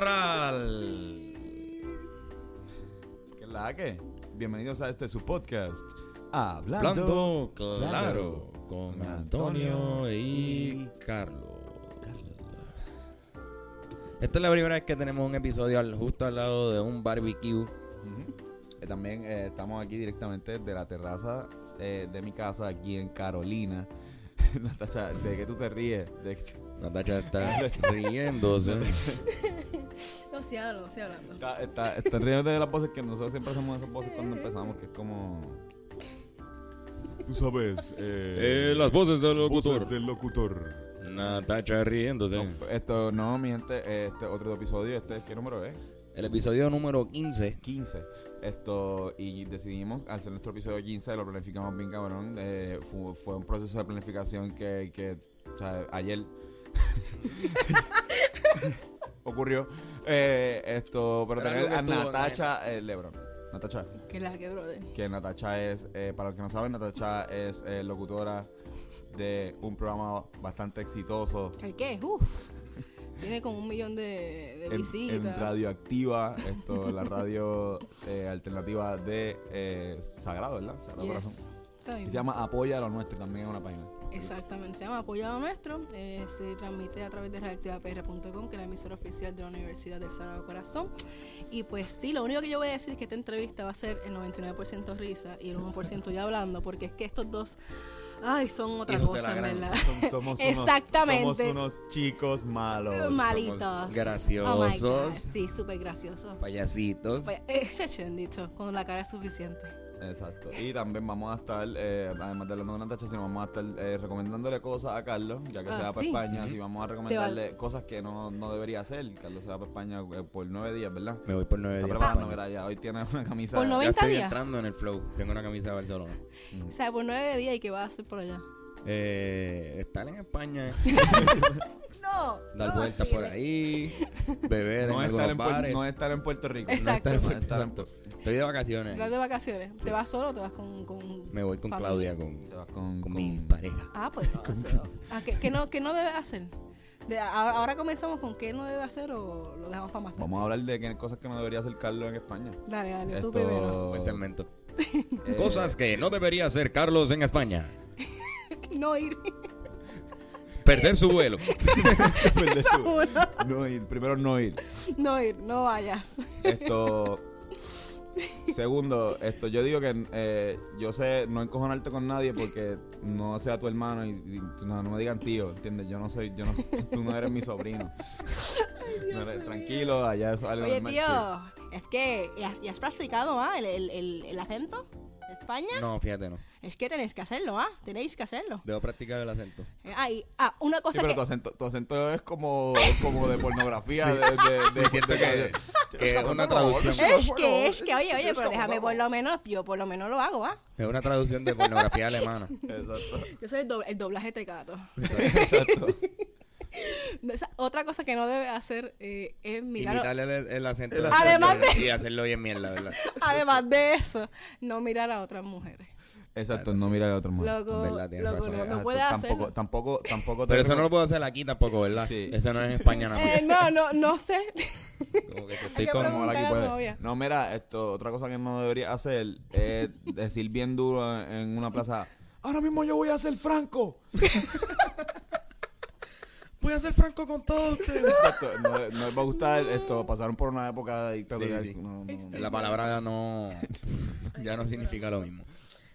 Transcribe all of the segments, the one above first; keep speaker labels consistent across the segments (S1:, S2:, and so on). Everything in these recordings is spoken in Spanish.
S1: Barral.
S2: ¿Qué la que? Bienvenidos a este su podcast. Hablando.
S1: Hablando claro con Antonio y Carlos. Esta es la primera vez que tenemos un episodio al- justo al lado de un barbecue.
S2: Eh, También eh, estamos aquí directamente de la terraza eh, de mi casa aquí en Carolina. Natasha, ¿de qué tú te ríes? De-
S1: Natacha está riéndose.
S3: No, sí, háblalo, sí, hablando.
S2: está, está- está riéndote de las voces que nosotros siempre hacemos esas voces cuando empezamos, que es como. Tú sabes. eh,
S1: las voces del
S2: voces del locutor.
S1: Natacha riéndose.
S2: No, esto no, mi gente, este otro episodio, este ¿qué número es?
S1: El episodio número 15.
S2: 15. Esto, y decidimos hacer nuestro episodio 15, lo planificamos bien cabrón. eh, fu- fue, un proceso de planificación que, que, o sea, ayer ocurrió. Eh, esto, pero
S1: Era
S2: tener
S1: algo
S2: a
S1: que tuvo,
S2: Natacha eh, Lebron. Natacha.
S3: Que la que, brother.
S2: Que Natacha es, eh, para los que no saben, Natacha es eh, locutora de un programa bastante exitoso
S3: ¿Qué? qué? Uf. Tiene como un millón de, de
S2: en,
S3: visitas.
S2: en Radioactiva, esto, la radio eh, alternativa de eh, Sagrado, ¿verdad? Sagrado
S3: Yes.
S2: Corazón.
S3: Esa
S2: Y
S3: misma.
S2: se llama Apoya lo Nuestro, también es una página.
S3: Exactamente, se llama Apoyado Nuestro. eh, se transmite a través de radioactivapr.com, que es la emisora oficial de la Universidad del Sagrado Corazón. Y pues sí, lo único que yo voy a decir es que esta entrevista va a ser el 99% risa y el 1% ya hablando, porque es que estos dos, ay, son otra
S1: Hijos de
S3: cosa,
S1: la
S3: en
S1: gran.
S3: verdad.
S2: Som- somos unos-
S3: Exactamente.
S2: somos unos chicos malos.
S3: Malitos.
S1: graciosos.
S3: Oh my God, sí, súper graciosos.
S1: Payasitos.
S3: Pues, eh, chechen, dicho, con la cara es suficiente.
S2: Exacto. Y también vamos a estar, eh, además de hablando con Natacha, sino vamos a estar eh, recomendándole cosas a Carlos, ya que
S3: Ah,
S2: se va para
S3: sí.
S2: España. Y vamos a recomendarle cosas que no, no debería hacer. Carlos se va para España eh, por nueve días, ¿verdad?
S1: Me voy por nueve
S2: Está
S1: días.
S2: preparando,
S1: España.
S2: mira, ya hoy tiene una camisa.
S3: Por
S1: Ya
S3: 90
S1: estoy
S3: días.
S1: entrando en el flow. Tengo una camisa de Barcelona.
S3: O sea, por nueve días y que vas a hacer por allá.
S1: Eh, estar en España,
S3: No.
S1: dar vueltas por ahí, beber
S2: no
S1: en
S2: estar
S1: algunos
S2: en, Puer-
S1: bares.
S2: no estar en Puerto Rico.
S1: No estar en
S2: No
S1: Puerto-
S2: estar en-
S1: exacto. Estoy de vacaciones.
S3: Vas de vacaciones. ¿Te vas solo o te vas con.? con
S1: Me voy con
S3: familia?
S1: Claudia, con,
S2: Te vas con,
S1: con
S2: con-
S1: mi pareja.
S3: Ah, pues no, eso- ah, ¿qué, qué no, ¿Qué no debes hacer? De- a- ahora comenzamos con qué no debe hacer o lo dejamos para más tarde.
S2: Vamos a hablar de que- cosas que no debería hacer Carlos en España.
S3: Dale, dale, tú
S2: Esto-
S3: primero.
S1: Buen segmento.
S2: Eh,
S1: Cosas que no debería hacer Carlos en España.
S3: No ir.
S1: Perder su vuelo.
S2: perder su-
S3: Uno,
S2: no ir, primero no ir.
S3: no ir, no vayas.
S2: Esto. Segundo, esto yo digo que eh, yo sé no encojonarte con nadie porque no sea tu hermano y, y tú no, no me digan tío, ¿entiendes? Yo no soy, yo no, tú no eres mi sobrino. No eres- tranquilo, allá es algo
S3: Oye,
S2: normal,
S3: tío, es que. ¿y has, y has practicado ah, el, el, el, el acento? de ¿España?
S1: No, fíjate, no.
S3: Es que tenéis que hacerlo, ¿ah? Tenéis que hacerlo.
S1: Debo practicar el acento.
S3: Eh, ah, y- ah, una
S2: Sí,
S3: cosa
S2: pero
S3: que.
S2: tu acento, tu acento es como, como de pornografía. De, de, de-
S1: Siento que, que es una traducción.
S3: Pues, Es que, es que, oye, oye, pero déjame por lo menos, yo por lo menos lo hago, ¿ah?
S1: Es una traducción de pornografía alemana.
S2: Exacto,
S3: Yo soy el, doble- el doblaje tecato.
S2: exacto.
S3: No, esa- otra cosa que no debe hacer eh, es mirar.
S1: Imitarle el, el acento.
S2: El
S1: de-
S2: acento.
S3: Además de-
S1: Y hacerlo bien mierda, ¿verdad?
S3: Además de eso, no mirar a otras mujeres.
S2: Exacto, no mira a otro mundo.
S3: Loco,
S1: verdad, tienes
S3: loco,
S1: razón.
S3: no, no
S2: Exacto,
S3: puedes
S2: Ah, tampoco,
S3: hacerlo.
S2: tampoco, tampoco. te
S1: Pero eso no
S2: recom-
S1: lo puedo hacer aquí tampoco, ¿verdad?
S2: Sí.
S1: Eso no es en España nada más.
S3: Eh, no, no, no sé.
S1: Como que te estoy
S3: que
S1: con-
S3: preguntar.
S2: Ahora aquí
S3: a tu
S2: puede.
S3: novia.
S2: No, mira, esto, otra cosa que no debería hacer es decir bien duro en, en una plaza. Ahora mismo yo voy a ser franco.
S1: Voy a ser franco con todos ustedes.
S2: Exacto, no, no les va a gustar esto. Pasaron por una época dictatorial.
S1: Sí, sí.
S2: No, no.
S1: La palabra no. Ya no significa lo mismo.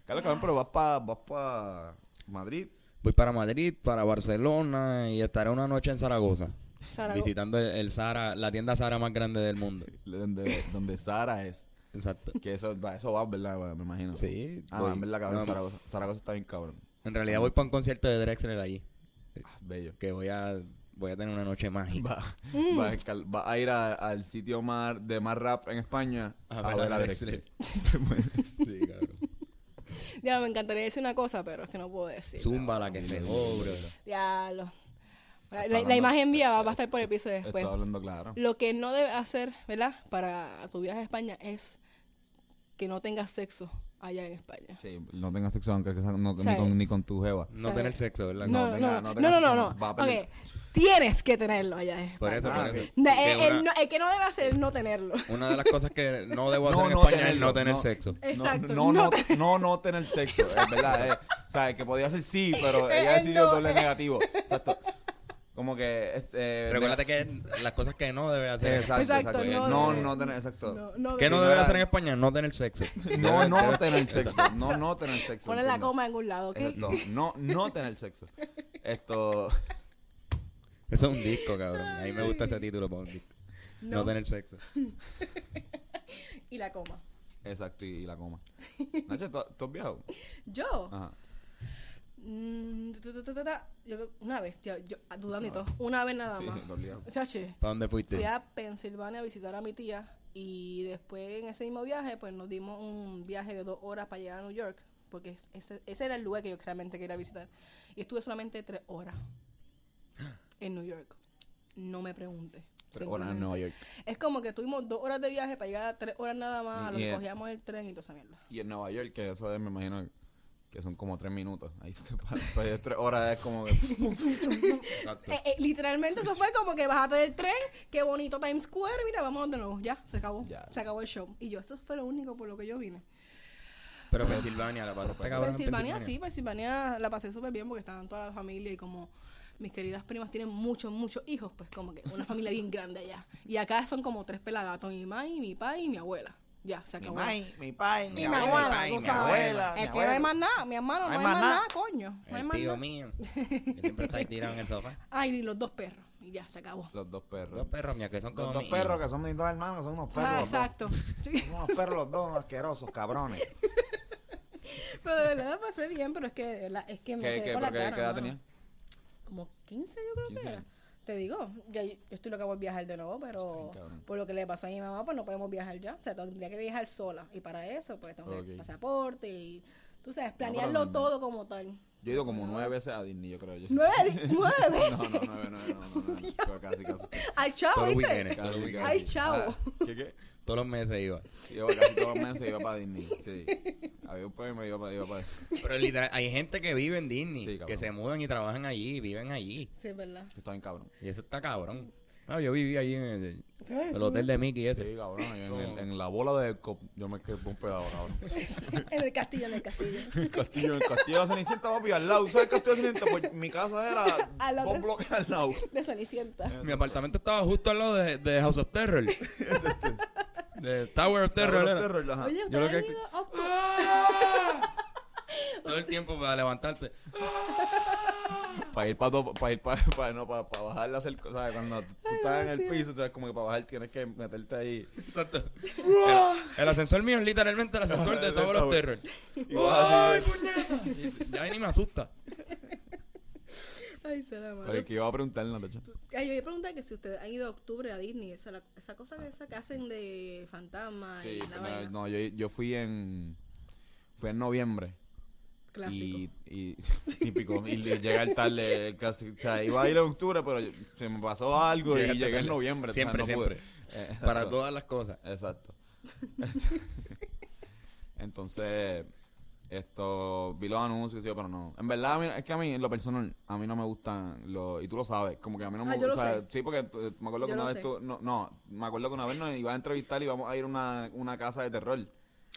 S2: Carlos, cabrón, pero vas para vas pa Madrid.
S1: Voy para Madrid, para Barcelona y estaré una noche en Zaragoza.
S3: Zaragoza.
S1: Visitando el, el Zara, la tienda Zara más grande del mundo.
S2: Donde, donde Sara es.
S1: Exacto.
S2: Que eso, eso va, ¿verdad? Me imagino.
S1: Sí,
S2: Ah,
S1: voy.
S2: no, en verdad, cabrón.
S1: No,
S2: Zaragoza, Zaragoza está bien, cabrón.
S1: En realidad voy para un concierto de Drexler allí.
S2: Ah, Bello.
S1: Que voy a, voy a tener una noche mágica.
S2: Va,
S3: Mm.
S2: va a escal- va a ir a- al sitio más, de más rap en España a, ver a Drexler.
S1: sí, cabrón.
S3: Ya, me encantaría decir una cosa, pero es que no puedo decir.
S1: Zumba la que se obra.
S3: Ya, lo- La, la
S2: hablando-
S3: imagen mía va, va a estar por el piso después.
S2: Estoy hablando claro.
S3: Lo que no debes hacer, ¿verdad? Para tu viaje a España es que no tengas sexo allá en España.
S2: Sí, no tengas sexo aunque sea- no-
S3: Sí.
S2: ni, con, ni con tu jeva.
S1: No
S3: Sí.
S1: tener sexo, ¿verdad?
S3: No, no,
S2: tenga-
S3: no,
S2: no
S3: no,
S2: tenga-
S3: no, no, no.
S2: va a
S3: Ok,
S2: perder.
S3: tienes que tenerlo allá en
S1: Por
S3: España.
S1: eso, por
S2: Ah,
S1: eso.
S2: ok.
S3: No,
S1: Que
S3: el, el
S1: una-
S3: no- el que no debe hacer es no tenerlo.
S1: Una de las cosas que no debo hacer
S2: No,
S1: en
S2: no
S1: España es
S2: tenerlo,
S1: no tener
S2: no.
S1: sexo.
S2: No,
S3: Exacto.
S2: No, no,
S3: te-
S2: no, no tener sexo, es verdad. eh. O sea, que podía ser sí, pero
S3: Eh,
S2: ella
S3: eh,
S2: decidió
S3: no.
S2: doble negativo. Exacto. Como que. Este,
S1: Recuérdate que las cosas que no debe hacer.
S2: Exacto, exacto.
S3: Exacto,
S2: No,
S3: no,
S2: no,
S3: no.
S2: tener. Exacto.
S3: no, no
S1: ¿Qué no
S2: Sí,
S1: debe
S2: no,
S1: hacer en
S2: no.
S1: España? No tener sexo. Este,
S2: No,
S1: Debe-
S2: no
S1: debe-
S2: tener sexo. No, no tener sexo.
S3: Poner la
S2: entiendo.
S3: coma en algún lado, ¿ok?
S2: Exacto. No, no tener sexo. Esto.
S1: Eso es un disco, cabrón. A mí me gusta ese título para un disco. No,
S3: No.
S1: tener sexo.
S3: Y la coma.
S2: Exacto, y la coma. Nacho, ¿tú, tú has viajado?
S3: Yo.
S2: Ajá.
S3: mm, ta, ta, ta, ta, ta, yo creo- una vez, tío, yo ah, dudando y todo. Una vez nada
S2: Sí,
S3: más.
S2: lo obligado.
S3: O sea, che,
S1: ¿Para dónde fuiste?
S3: fui a Pensilvania a visitar a mi tía y después en ese mismo viaje pues nos dimos un viaje de dos horas para llegar a New York porque es- ese, ese era el lugar que yo realmente quería visitar y estuve solamente tres horas en New York no me pregunte
S2: Tres horas en Nueva York.
S3: es como que tuvimos dos horas de viaje para llegar a tres horas nada más a lo
S2: Y-
S3: que
S2: y-
S3: cogíamos el tren y toda esa mierda
S2: Y en Nueva York, que eso es, me imagino que son como tres minutos. Ahí se para, para tres horas es como que.
S1: Exacto.
S3: Eh, eh, literalmente eso fue como que bajaste del tren, qué bonito Times Square, mira, vamos de nuevo, ya, se acabó,
S2: Ya.
S3: se acabó el show. Y yo, eso fue lo único por lo que yo vine.
S1: Pero Pensilvania, la pasaste, cabrón. en
S3: Pensilvania, sí, Pensilvania la pasé súper bien porque estaban toda la familia y como mis queridas primas tienen muchos, muchos hijos, pues como que una familia bien grande allá. Y acá son como tres pelagatos, mi mamá, y mi papá y mi abuela. Ya, se
S4: Mi
S3: acabó.
S4: mai, mi pai, mi,
S3: Y mi
S4: abuela,
S3: abuela,
S4: mi
S3: tú sabes.
S4: abuela, mi
S3: Es que no hay
S4: abuelo.
S3: más nada, mi hermano, no hay más nada, coño. No hay
S1: El
S3: más
S1: tío
S3: nada.
S1: mío. Que siempre está ahí tirado en el sofá.
S3: Ay, y los dos perros. Y ya, se acabó.
S2: Los dos perros.
S1: Dos perros míos que son como
S2: los dos
S1: mis
S2: perros
S1: hijos.
S2: que son mis dos hermanos, son unos perros.
S3: Ah,
S2: los dos.
S3: exacto.
S2: Son unos perros los dos, unos asquerosos, cabrones.
S3: Pero de verdad la pasé bien, pero es que de verdad, es que me
S2: ¿Qué,
S3: quedé
S2: qué,
S3: con la
S2: pero qué-
S3: cara,
S2: qué edad
S3: mano.
S2: tenía?
S3: Como 15 yo creo
S2: 15
S3: que era.
S2: años.
S3: Te digo, ya yo yo estoy loca por viajar de nuevo,
S2: Está
S3: pero
S2: bien, cabrón.
S3: por lo que le pasó a mi mamá, pues no podemos viajar ya. O sea, tendría que viajar sola. Y para eso, pues tengo que
S2: Ok.
S3: pasaporte y, tú sabes,
S2: no,
S3: planearlo
S2: no.
S3: todo como tal.
S2: Yo he ido como nueve veces a Disney, yo creo. Yo
S3: Nueve, nueve veces.
S2: No, no, nueve, nueve, no, no, no, Pero casi, casi.
S3: Al chavo,
S1: Todo el
S3: ¿viste?
S1: weekend. Todo el
S2: Casi,
S1: weekend.
S3: Ay,
S2: casi.
S3: chavo.
S2: Ah, ¿Qué, qué?
S1: Todos los meses iba.
S2: Yo casi todos los meses iba para Disney, sí. Había un premio, iba para, iba para...
S1: Pero literal, hay gente que vive en Disney,
S2: Sí, cabrón.
S1: que se mudan y trabajan allí, viven allí.
S3: Sí, es verdad.
S2: Yo estaba bien cabrón.
S1: Y eso está cabrón. No, yo viví allí en el, el hotel de Mickey ese.
S2: Sí, cabrón, yo en, el- en la bola de... cop- Yo me quedé un pedazo, cabrón.
S3: en el castillo, en el castillo.
S2: El castillo, el castillo de la Cenicienta, papi, al lado. ¿Sabes el castillo de la Cenicienta? Pues mi casa era
S3: Al lado.
S2: dos bloques al lado.
S3: De Cenicienta.
S1: Mi apartamento estaba justo al lado de, de House of Terror. de Tower of Terror.
S2: Terror,
S1: era.
S2: terror, ajá.
S3: Oye,
S1: Ah, yo lo
S3: ¿ustedes
S1: que-
S3: han ido a Oculus?
S1: Todo el tiempo para levantarte.
S2: Para ir para para ir para no, para bajar la cerca, ¿sabes? Cuando tú tú estás en el piso, ¿sabes? Como que para bajar tienes que meterte ahí.
S1: Exacto. El, el ascensor mío es literalmente el ascensor de Tower of Terror. ¡Ay, puñeta! Ya ni me asusta.
S3: Ay, se la madre.
S2: Pero el que iba a preguntar, Natacha.
S3: Ay, yo iba a preguntar que si ustedes han ido a octubre a Disney, esa, la- esa cosa que, esa que hacen de fantasma
S2: Sí,
S3: y la
S2: no,
S3: vaina.
S2: no, yo, yo fui en. Fui en noviembre.
S3: Clásico.
S2: Y, y típico, y de llegar tarde, casi, o sea, iba a ir en octubre, pero se me pasó algo y
S1: Llegaste
S2: llegué en
S1: tarde.
S2: noviembre. o sea,
S1: Siempre,
S2: no pude.
S1: siempre.
S2: Eh,
S1: Para
S2: exacto.
S1: todas las cosas.
S2: Exacto. Entonces, esto, vi los anuncios, sí, pero no. En verdad, a mí- es que a mí, en lo personal, a mí no me gustan los... Y tú lo sabes, como que a mí no me
S3: Ah, yo lo
S2: gusta...
S3: sé.
S2: Sí, porque t- me acuerdo que
S3: Yo
S2: una
S3: lo
S2: vez
S3: sé.
S2: tú... No, no, me acuerdo que una vez nos iba a entrevistar y íbamos a ir a una, una casa de terror.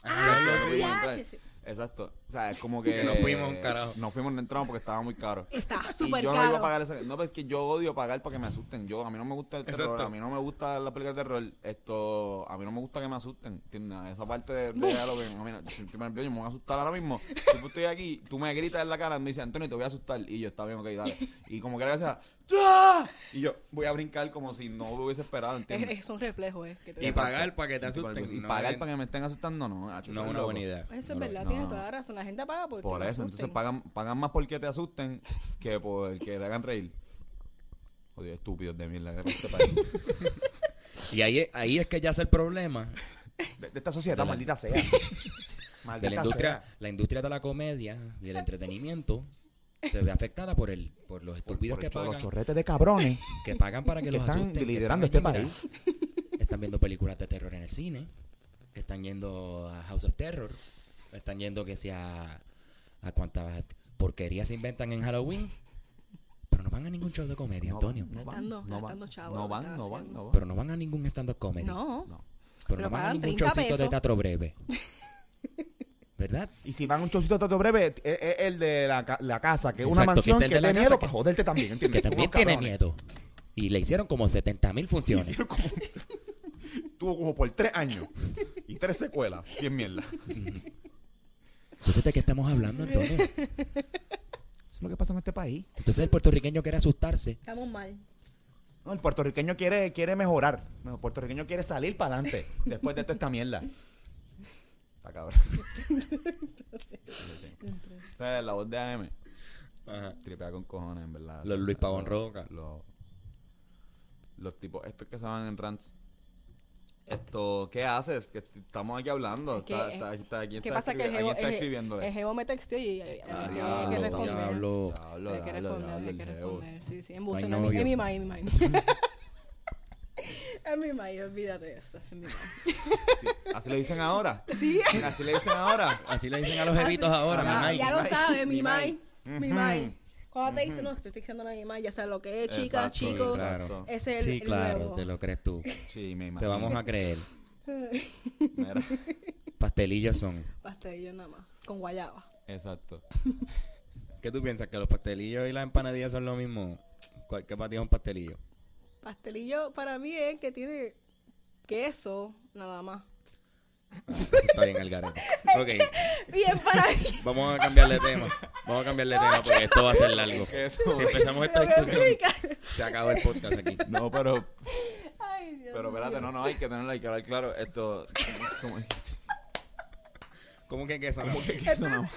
S1: Ah,
S2: Algo así,
S3: ya,
S2: íbamos a entrar.
S3: che, sí.
S2: Exacto. O sea, es como que...
S1: Que no fuimos, un carajo.
S2: No fuimos, no entramos porque estaba muy caro.
S3: Está
S2: Y
S3: súper
S2: yo
S3: caro.
S2: no iba a pagar esa. No, pero es que yo odio pagar para que me asusten. Yo, a mí no me gusta el terror,
S1: Exacto.
S2: a mí no me gusta la película de terror. Esto, a mí no me gusta que me asusten. ¿Entiendes? Esa parte de, de diálogo, a mí no- yo siempre me- yo me voy a asustar ahora mismo. Si estoy aquí, tú me gritas en la cara, me dices, Antonio, te voy a asustar. Y yo, está bien, ok, dale. Y como que era esa, ¡Ah! Y yo voy a brincar como si no lo hubiese esperado,
S3: Es,
S2: ¿entiendes?
S3: es un reflejo, ¿eh? Que te
S1: Y
S3: da.
S1: pagar para que te
S2: Tipo,
S1: asusten.
S2: Y
S1: no
S2: pagar
S1: es-
S2: para que me estén asustando, no. hacho,
S1: No es
S2: eres
S1: una
S2: loco.
S1: buena idea.
S3: Eso es
S2: No,
S3: verdad,
S2: no,
S3: tienes
S2: no.
S3: toda la razón. La gente paga porque
S2: Por
S3: la
S2: eso, entonces
S3: asusten.
S2: pagan, pagan más porque te asusten que porque te hagan reír. Odio estúpidos de mierda que este país.
S1: Y ahí, ahí es que ya es el problema
S4: De, de esta sociedad,
S1: De la-
S4: maldita sea.
S1: de
S4: Maldita
S1: la industria,
S4: sea.
S1: la industria de la comedia y el entretenimiento se ve afectada por el, por los estúpidos
S4: Por el
S1: que
S4: cho- los
S1: pagan,
S4: chorretes de cabrones
S1: que pagan para que,
S4: que
S1: los
S4: están
S1: asusten, que
S4: liderando
S1: están
S4: este
S1: aquí, mira, Están viendo películas de terror en el cine, están yendo a House of Terror, Están yendo que sea a cuántas porquerías se inventan en Halloween. Pero no van a ningún show de comedia, Antonio.
S2: No van,
S3: Gastando-
S2: no
S3: gastando
S2: van,
S3: chavo,
S2: no
S3: lo
S2: van,
S3: están
S2: no van,
S3: haciendo.
S2: no van.
S1: Pero no van a ningún stand-up comedy.
S3: No.
S2: No.
S1: Pero,
S3: Pero
S1: no van a
S3: pagan
S1: ningún
S3: 30
S1: showcito de
S3: pesos.
S1: teatro breve. ¿Verdad?
S2: Y si
S4: Van a un chocito de tanto breve, es, es el de la, ca- la casa, que es una
S1: Exacto, que
S4: mansión
S1: es el
S4: que,
S1: de la
S4: te
S1: casa
S4: miedo
S1: que-
S4: para joderte también, ¿entiendes?
S1: Que también
S4: Unos
S1: tiene
S4: cabrones.
S1: miedo. Y le hicieron como 70 mil funciones.
S4: Hicieron como-
S2: Tuvo como por tres años y tres secuelas. Bien mierda. Eso
S1: Entonces, ¿de qué estamos hablando, Antonio?
S2: es lo que pasa en este país.
S1: Entonces, el puertorriqueño quiere asustarse.
S3: Estamos mal.
S4: No, el puertorriqueño quiere, quiere mejorar. No, el puertorriqueño quiere salir para adelante después de toda esta mierda.
S2: Está cabrón. Esa es la voz de AM. Tripea con cojones, en verdad.
S1: Los Luis Pavón Roca.
S2: Los, los tipos estos que se van en rants. Esto, ¿qué haces? Que t- estamos aquí hablando.
S3: ¿Qué-
S2: Está, está, está, ¿quién
S3: ¿Qué
S2: está
S3: pasa? Que el
S2: escribi-
S3: jevo-
S2: alguien está
S3: el je-
S2: escribiéndole.
S3: el jevo me texteó y hay
S1: Ah,
S3: que
S1: diablo,
S3: responder.
S1: diablo.
S2: Diablo,
S3: Hay que
S2: diablo,
S3: responder,
S2: diablo,
S3: hay
S2: el
S3: que
S2: jevo.
S3: responder. Sí, sí, embuste.
S1: Hay
S3: no, Es mi- es mi
S1: novio.
S3: maíz, mi maíz. Es mi maíz, olvídate de eso. Es mi maíz.
S2: Sí, Así le dicen ahora. Sí. Así le dicen ahora.
S1: Así le dicen a los jevitos ahora,
S2: Ah,
S1: mamá.
S3: Ya lo
S2: maíz,
S3: sabes,
S2: mi
S3: mi maíz.
S2: maíz.
S3: Mi maíz. Cuando te dicen, no, te estoy diciendo nada de mi maíz, ya sabes lo que es, chicas,
S2: Exacto,
S3: chicos.
S2: exacto.
S3: Ese es el,
S1: Sí,
S3: el
S1: claro,
S3: nuevo.
S1: te lo crees tú.
S2: Sí, me
S1: Te
S2: imagino.
S1: vamos a creer.
S2: Mira,
S1: Pastelillos son.
S3: Pastelillo nada más, con guayaba.
S2: Exacto.
S1: ¿Qué tú piensas? ¿Que los pastelillos y las empanadillas son lo mismo? ¿Cuál- ¿Qué para ti es un pastelillo?
S3: Pastelillo para mí es que tiene queso, nada más.
S1: Ah, eso está bien el garete. Ok,
S3: Bien para mí.
S1: vamos a cambiarle de tema. Vamos a cambiarle de tema porque esto va a ser largo.
S2: Eso.
S1: Si empezamos esta discusión, se acaba el podcast aquí.
S2: No, pero,
S3: Ay, Dios
S2: pero espérate, no, no, hay que tenerla, hay que hablar claro. Esto. ¿Cómo es que-
S1: ¿Cómo que queso?
S2: cómo que que eso no?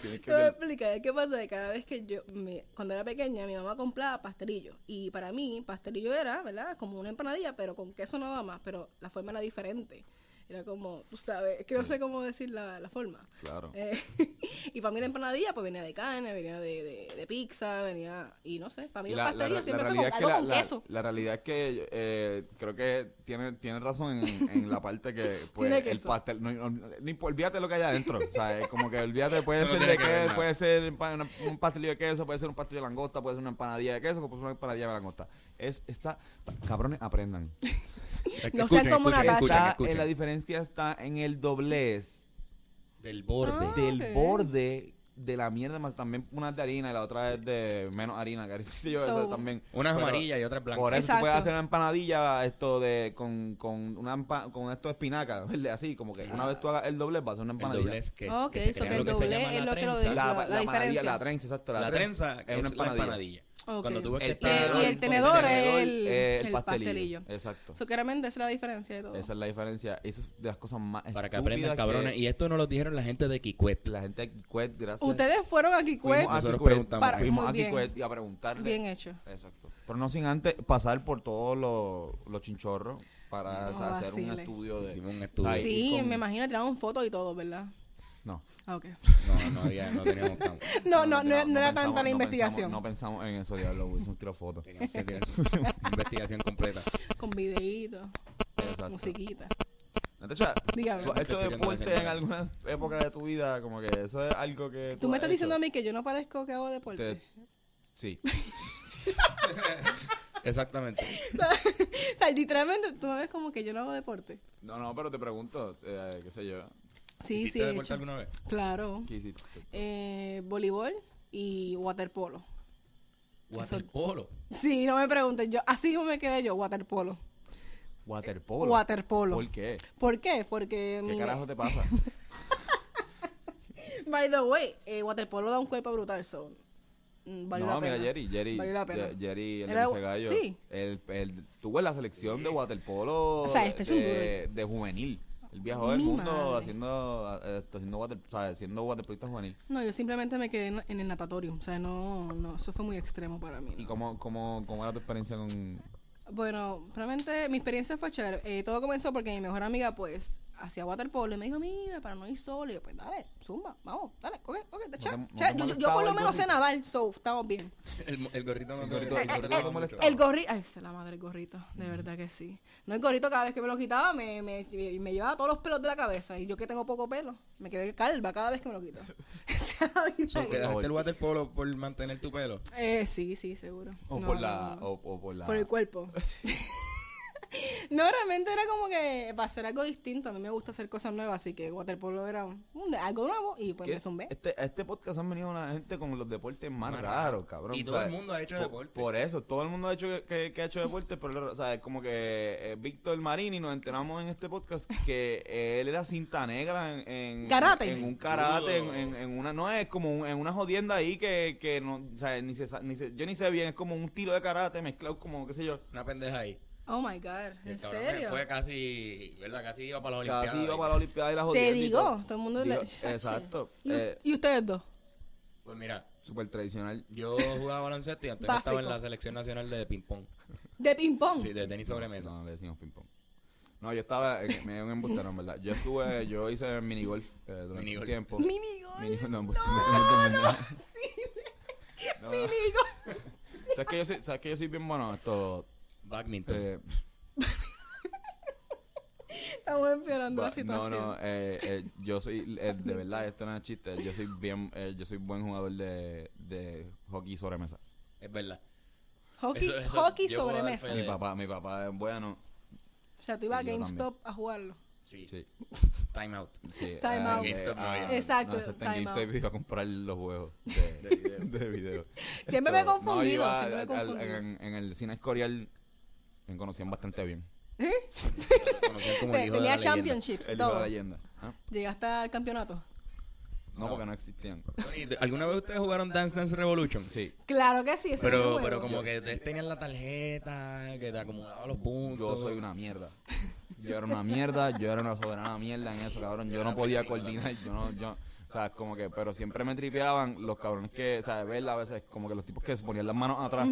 S2: Tienes
S3: Te voy a
S2: que.
S3: explicar qué pasa de cada vez que yo, mi- cuando era pequeña, mi mamá compraba pastelillo. Y para mí, pastelillo era, ¿verdad? Como una empanadilla, pero con queso nada más, pero la forma era diferente. Era como, tú sabes, es que no sé cómo decir la, la forma.
S2: Claro.
S3: Eh, y para mí la empanadilla, pues venía de carne, venía de, de- de pizza, venía, y no sé, para mí
S2: Y
S3: los
S2: la, la-
S3: pastelillos
S2: la
S3: siempre fue
S2: realidad
S3: como
S2: es que
S3: algo
S2: la,
S3: con
S2: la-
S3: queso.
S2: la realidad es que eh, creo que tiene, tiene razón en, en la parte que pues,
S3: Tiene
S2: el
S3: queso.
S2: pastel no, no- no impo- olvídate lo que hay adentro o sea es como que olvídate puede
S1: No
S2: ser
S1: tiene
S2: de
S1: que ver
S2: queso
S1: nada.
S2: puede ser pa- una- un pastelillo de queso puede ser un pastelillo de langosta puede ser una empanadilla de queso puede ser una empanadilla de langosta es está cabrones aprendan
S3: No sean como una tacha.
S1: escuchen,
S2: Está-
S1: escuchen.
S2: eh, la diferencia está en el doblez
S1: Del borde.
S3: Ah.
S2: del
S3: Ok.
S2: borde de la mierda más también una es de harina y la otra es de menos harina que sí, yo eso
S3: So-
S2: también
S1: Unas
S2: Pero
S1: amarillas y otras blancas.
S2: por eso tú
S3: Exacto.
S2: puedes hacer una empanadilla esto de con, con una empa- con esto de espinaca ¿verde? así como que una vez tú hagas el doble vas a hacer una
S1: El
S2: empanadilla
S1: doblez, que, es-
S3: Ok,
S1: que
S3: eso
S1: sería
S3: que
S1: lo
S3: el
S1: que se
S3: doblez
S1: llama
S3: es
S1: la
S3: lo que lo
S1: trenza.
S3: de-
S1: La,
S2: la,
S3: la-
S2: la
S3: la
S2: empanadilla la
S3: diferencia.
S2: trenza exacto la,
S1: trenza es,
S2: una
S1: la
S2: empanadilla,
S1: empanadilla.
S3: Ok.
S1: Cuando tú ves que
S2: El
S1: está
S2: tenedor,
S3: y, y el tenedor es
S2: tenedor,
S3: el,
S2: eh,
S3: el pastelillo.
S2: pastelillo exacto
S3: So, claramente esa es la diferencia de todo.
S2: esa es la diferencia eso es de las cosas más
S1: Para que aprendan,
S2: estúpidas que
S1: cabrones. Y esto no lo dijeron la gente de Kikwet.
S2: la gente de Kikwet, gracias
S3: Ustedes fueron a Kikwet.
S2: fuimos a
S1: Nosotros
S2: Kikwet,
S1: preguntamos
S3: Para- eso.
S2: fuimos a
S3: Muy bien.
S2: Kikwet y a preguntarle
S3: Bien hecho.
S2: Exacto. Pero no sin antes pasar por todos los los chinchorros para
S3: No
S2: o sea, hacer un
S3: vacile.
S2: estudio de.
S1: Hicimos un estudio.
S2: Ay,
S3: Sí,
S2: y con-
S3: me imagino tiraron fotos y todo, ¿verdad?
S2: No.
S3: Ah, ok.
S1: No, no, ya no teníamos campo.
S3: No, no, no, no, era
S2: pensamos-
S3: tanta la
S2: no
S3: investigación.
S2: pensamos- no pensamos en eso, diablo. Hicimos tiro foto.
S1: Teníamos que tener investigación completa.
S3: Con videitos,
S2: Exacto.
S3: musiquita.
S2: Natacha,
S3: Dígame.
S2: ¿tú has hecho
S1: Estoy tirando la
S2: deporte en
S1: señal.
S2: alguna época de tu vida? Como que eso es algo que.
S3: Tú me
S2: has
S3: estás
S2: hecho?
S3: diciendo a mí que yo no parezco que hago deporte.
S2: Te- Sí.
S1: Exactamente.
S3: o sea, literalmente tú me ves como que yo no hago deporte.
S2: No, no, pero te pregunto, eh, qué sé yo.
S3: Sí,
S1: ¿Hiciste
S3: sí. he
S1: deporte
S3: hecho.
S1: alguna vez?
S3: Claro.
S2: ¿Qué hiciste?
S3: Eh, voleibol y waterpolo.
S1: Waterpolo.
S3: Sí, no me pregunten. Yo, así mismo me quedé yo, waterpolo.
S2: Waterpolo.
S3: Waterpolo.
S2: ¿Por qué?
S3: ¿Por qué? Porque. mm,
S2: ¿Qué
S3: mi-
S2: carajo te pasa?
S3: By the way, eh, waterpolo da un cuerpo brutal, so. mm, valió
S2: no,
S3: la
S2: mira,
S3: pena.
S2: Jerry, Jerry,
S3: Valió la pena.
S2: Ye- Jerry, el
S3: Era-
S2: Luis Gallo,
S3: sí.
S2: él, él tuvo en la selección de waterpolo eh,
S3: O sea, este es un
S2: de, de juvenil. Él viajó del
S3: Mi
S2: mundo
S3: madre.
S2: haciendo, eh, esto, haciendo, water, o sea, haciendo waterpolista juvenil.
S3: No, yo simplemente me quedé en, en el natatorio. O sea, no, no, eso fue muy extremo para mí.
S2: ¿Y
S3: ¿no?
S2: cómo, cómo, cómo era tu experiencia con...?
S3: Bueno, realmente mi experiencia fue chévere. Eh, todo comenzó porque mi mejor amiga, pues, hacia Waterpolo y me dijo, mira, para no ir solo. Y yo, pues dale, zumba, vamos, dale, ok, ok,
S2: te-
S3: che,
S2: no te
S3: che, yo- yo, yo
S2: molestaba
S3: por lo
S2: el
S3: menos sé
S2: gorrito.
S3: nadar, so, estamos bien.
S1: El, el gorrito no
S2: El gorrito- el gorrito no molestaba.
S3: El gorrito, ay, se la madre el gorrito, de verdad que sí. No, el gorrito cada vez que me lo quitaba me, me, me llevaba todos los pelos de la cabeza. Y yo que tengo poco pelo, me quedé calva cada vez que me lo quito. Esa la vida
S1: So,
S3: que-
S1: que dejaste el waterpolo por mantener tu pelo.
S3: eh, sí, sí, seguro.
S2: O
S3: No,
S2: por
S3: no,
S2: la.
S3: no.
S2: O, o por la.
S3: Por el cuerpo. no, realmente era como que para hacer algo distinto. A mí me gusta hacer cosas nuevas, así que waterpolo era un, un- algo nuevo y pues
S2: ¿Qué?
S3: me
S1: Eh,
S3: zumbé.
S2: Este, a este podcast han venido una gente con los deportes más,
S1: Más
S2: raros,
S1: raros.
S2: cabrón.
S1: Y todo el mundo ha hecho
S2: por-
S1: deporte.
S2: Por eso, todo el mundo ha hecho que, que- que ha hecho deporte, pero o sea, es como que eh, Víctor Marini nos enteramos en este podcast que eh, él era cinta negra en, en-
S3: Karate.
S2: en un karate, en, en- en una no es como un- en una jodienda ahí que, que no, o sea, ni se sa- ni se- yo ni sé bien, es como un tiro de karate mezclado como qué sé yo.
S1: Una pendeja ahí.
S3: Oh my God,
S1: Y el
S3: ¿en
S1: cabrón que
S3: serio?
S1: Fue casi, ¿verdad? Casi iba para las Olimpiadas.
S2: Casi iba
S1: ahí.
S2: para la Olimpiada y la jodienda.
S3: Te
S2: y
S3: digo, todo el mundo le-
S2: Digo, Exacto.
S3: ¿Y,
S2: Eh,
S3: y ustedes dos?
S1: Pues mira,
S2: Súper tradicional.
S1: yo jugaba baloncesto y Antonio estaba en
S3: Básico.
S1: la selección nacional de ping-pong.
S3: ¿De ping-pong?
S1: Sí, de tenis sobre mesa.
S2: No, le decimos ping pong. No, yo estaba, eh, me dio un embustero, en verdad. Yo estuve, yo hice minigolf eh, durante un
S1: Minigolf.
S2: tiempo.
S3: Minigol.
S2: Minigolf, no,
S1: pues,
S2: embuste,
S3: No, no,
S2: no.
S3: minigol.
S2: ¿Sabes que yo soy, sabes que yo soy bien bueno en esto?
S1: Badminton.
S2: Eh,
S3: Estamos empeorando
S2: ba-
S3: la
S2: no,
S3: situación.
S2: no, eh, eh, yo soy, eh, de verdad, esto no es chiste. Yo soy bien, eh, yo soy buen jugador de, de hockey sobre mesa.
S1: Es verdad.
S3: Hockey,
S1: eso- eso
S3: hockey
S1: yo puedo
S3: sobre
S1: dar
S3: mesa.
S1: fe de-
S2: Mi papá, mi papá es bueno.
S3: O sea, tú ibas a
S2: Yo
S3: GameStop a jugarlo.
S1: Sí.
S2: Sí,
S1: Time out.
S2: sí.
S3: Time
S2: eh,
S3: out.
S1: GameStop no había.
S3: Exacto,
S2: No, eso está en
S3: time
S2: GameStop
S3: out.
S2: iba a comprar los juegos de,
S1: De video.
S2: de video.
S3: Siempre me he
S2: Esto, no,
S3: confundido,
S2: iba
S3: siempre me he
S2: al- al-
S3: confundido.
S2: en, en el cine Escorial me conocían bastante bien.
S1: Lo conocían como el
S3: Te-
S1: hijo de la
S3: Tenía
S1: leyenda.
S2: El
S3: championships y
S2: hijo de la
S3: todo.
S2: leyenda. ¿Ah?
S3: Llegaste al campeonato.
S2: No,
S1: No.
S2: porque no existían.
S1: Tony, ¿Alguna vez ustedes jugaron Dance Dance Revolution?
S2: Sí.
S3: Claro que sí, eso es un
S1: Pero,
S3: juego.
S1: pero como que ustedes tenían la tarjeta, que te acumulaba los puntos.
S2: Yo soy una mierda. Yo era una mierda, yo era una soberana mierda en eso, cabrón. Yo no podía coordinar, yo no, yo, o sea, como que, pero siempre me tripeaban los cabrones que, o sea, de verla a veces, como que los tipos que se ponían las manos atrás.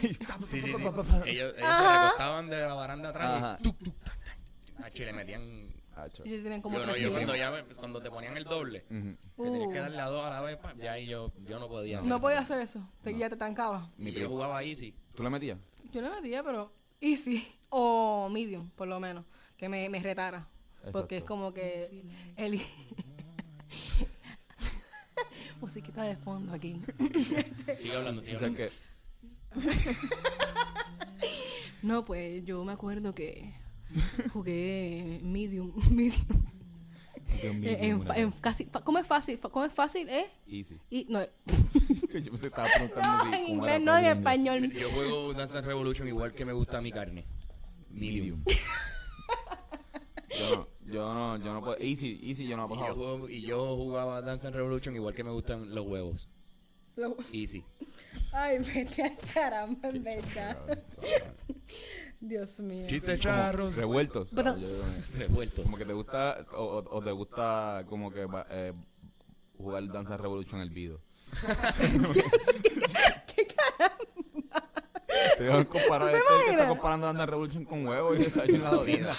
S1: Sí, sí, sí. Ellos, ellos se
S3: Ajá.
S1: recostaban de la baranda atrás
S2: Ajá.
S1: y tuc, tuc, tac, tac. Acho, y le metían...
S2: Hacho.
S3: Y sí tienen como
S1: yo, no,
S3: tres
S1: yo
S3: niveles.
S1: cuando, ya me- cuando te ponían el doble,
S2: Ujú.
S1: que tenías
S3: Uh.
S1: que darle a dos a la vez, pa, ya ahí yo, yo no podía hacer
S3: No
S1: eso.
S3: podía hacer eso. Te, Ya te trancaba.
S1: Y
S2: Mi
S1: yo
S2: primo.
S1: jugaba easy.
S2: ¿Tú le metías?
S3: Yo le metía, pero easy o medium, por lo menos, que me, me retara. Porque es
S2: Exacto.
S3: como que el musiquita de fondo aquí.
S1: Sigue hablando, sigue
S2: O sea,
S1: hablando.
S2: que
S3: No, pues yo me acuerdo que jugué medium, medium. Eh, en fa- en casi, fa- ¿Cómo es fácil? Fa- ¿Cómo es fácil? ¿Eh?
S2: Easy.
S3: Y, no,
S2: Yo me estaba preguntando
S3: no,
S2: si-
S3: en
S2: cómo era
S3: inglés, no en
S2: fácil
S3: español.
S1: Yo juego Dance Dance Revolution igual que me gusta mi carne. Medium.
S2: Medium. Yo no, yo no, yo no puedo. Easy, easy, yo no he
S1: Y yo,
S2: pasado.
S1: juego- y yo jugaba Dance Dance Revolution igual que me gustan los huevos.
S3: Lo-
S1: Easy.
S3: Ay, vete al caramba, en verdad. Dios mío.
S1: Chistes charros.
S2: Revueltos.
S3: Pero-
S2: Ah, yo- yo-
S1: Revueltos.
S2: Como que te gusta, o, o- o te gusta, como que va- eh, jugar Danza Revolution el video.
S3: ¿Qué caramba?
S2: Te dejan comparar
S3: ¿Tú te
S2: esto que está
S3: imaginas?
S2: comparando Danza Revolution con huevos y desayuno la jodida.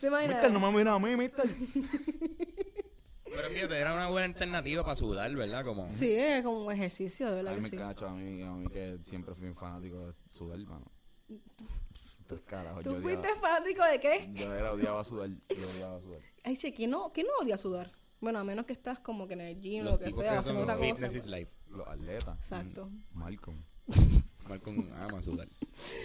S3: ¿Te imaginas?
S2: Mister, no me mira a mí, mister.
S1: Pero fíjate, era una buena alternativa para sudar, ¿verdad? Como
S3: Sí, es como un ejercicio, de
S2: A
S3: verdad
S2: mí
S3: que
S2: me
S3: sí.
S2: cacho, a mí, a mí que siempre fui un fanático de sudar, mano. Tres carajos,
S3: ¿Tú
S2: yo
S3: fuiste
S2: odiaba,
S3: fanático de qué?
S2: yo era odiaba sudar, yo odiaba sudar.
S3: Ay, che, ¿quién no, ¿quién no odia sudar? Bueno, a menos que estás como que en el gym o
S1: los
S3: lo que
S1: tipos
S3: sea,
S1: que
S3: haciendo
S1: son
S3: otra cosa.
S1: fitness is life.
S2: Los atletas.
S3: Exacto.
S2: Mm. Malcolm.
S1: Malcolm ama sudar.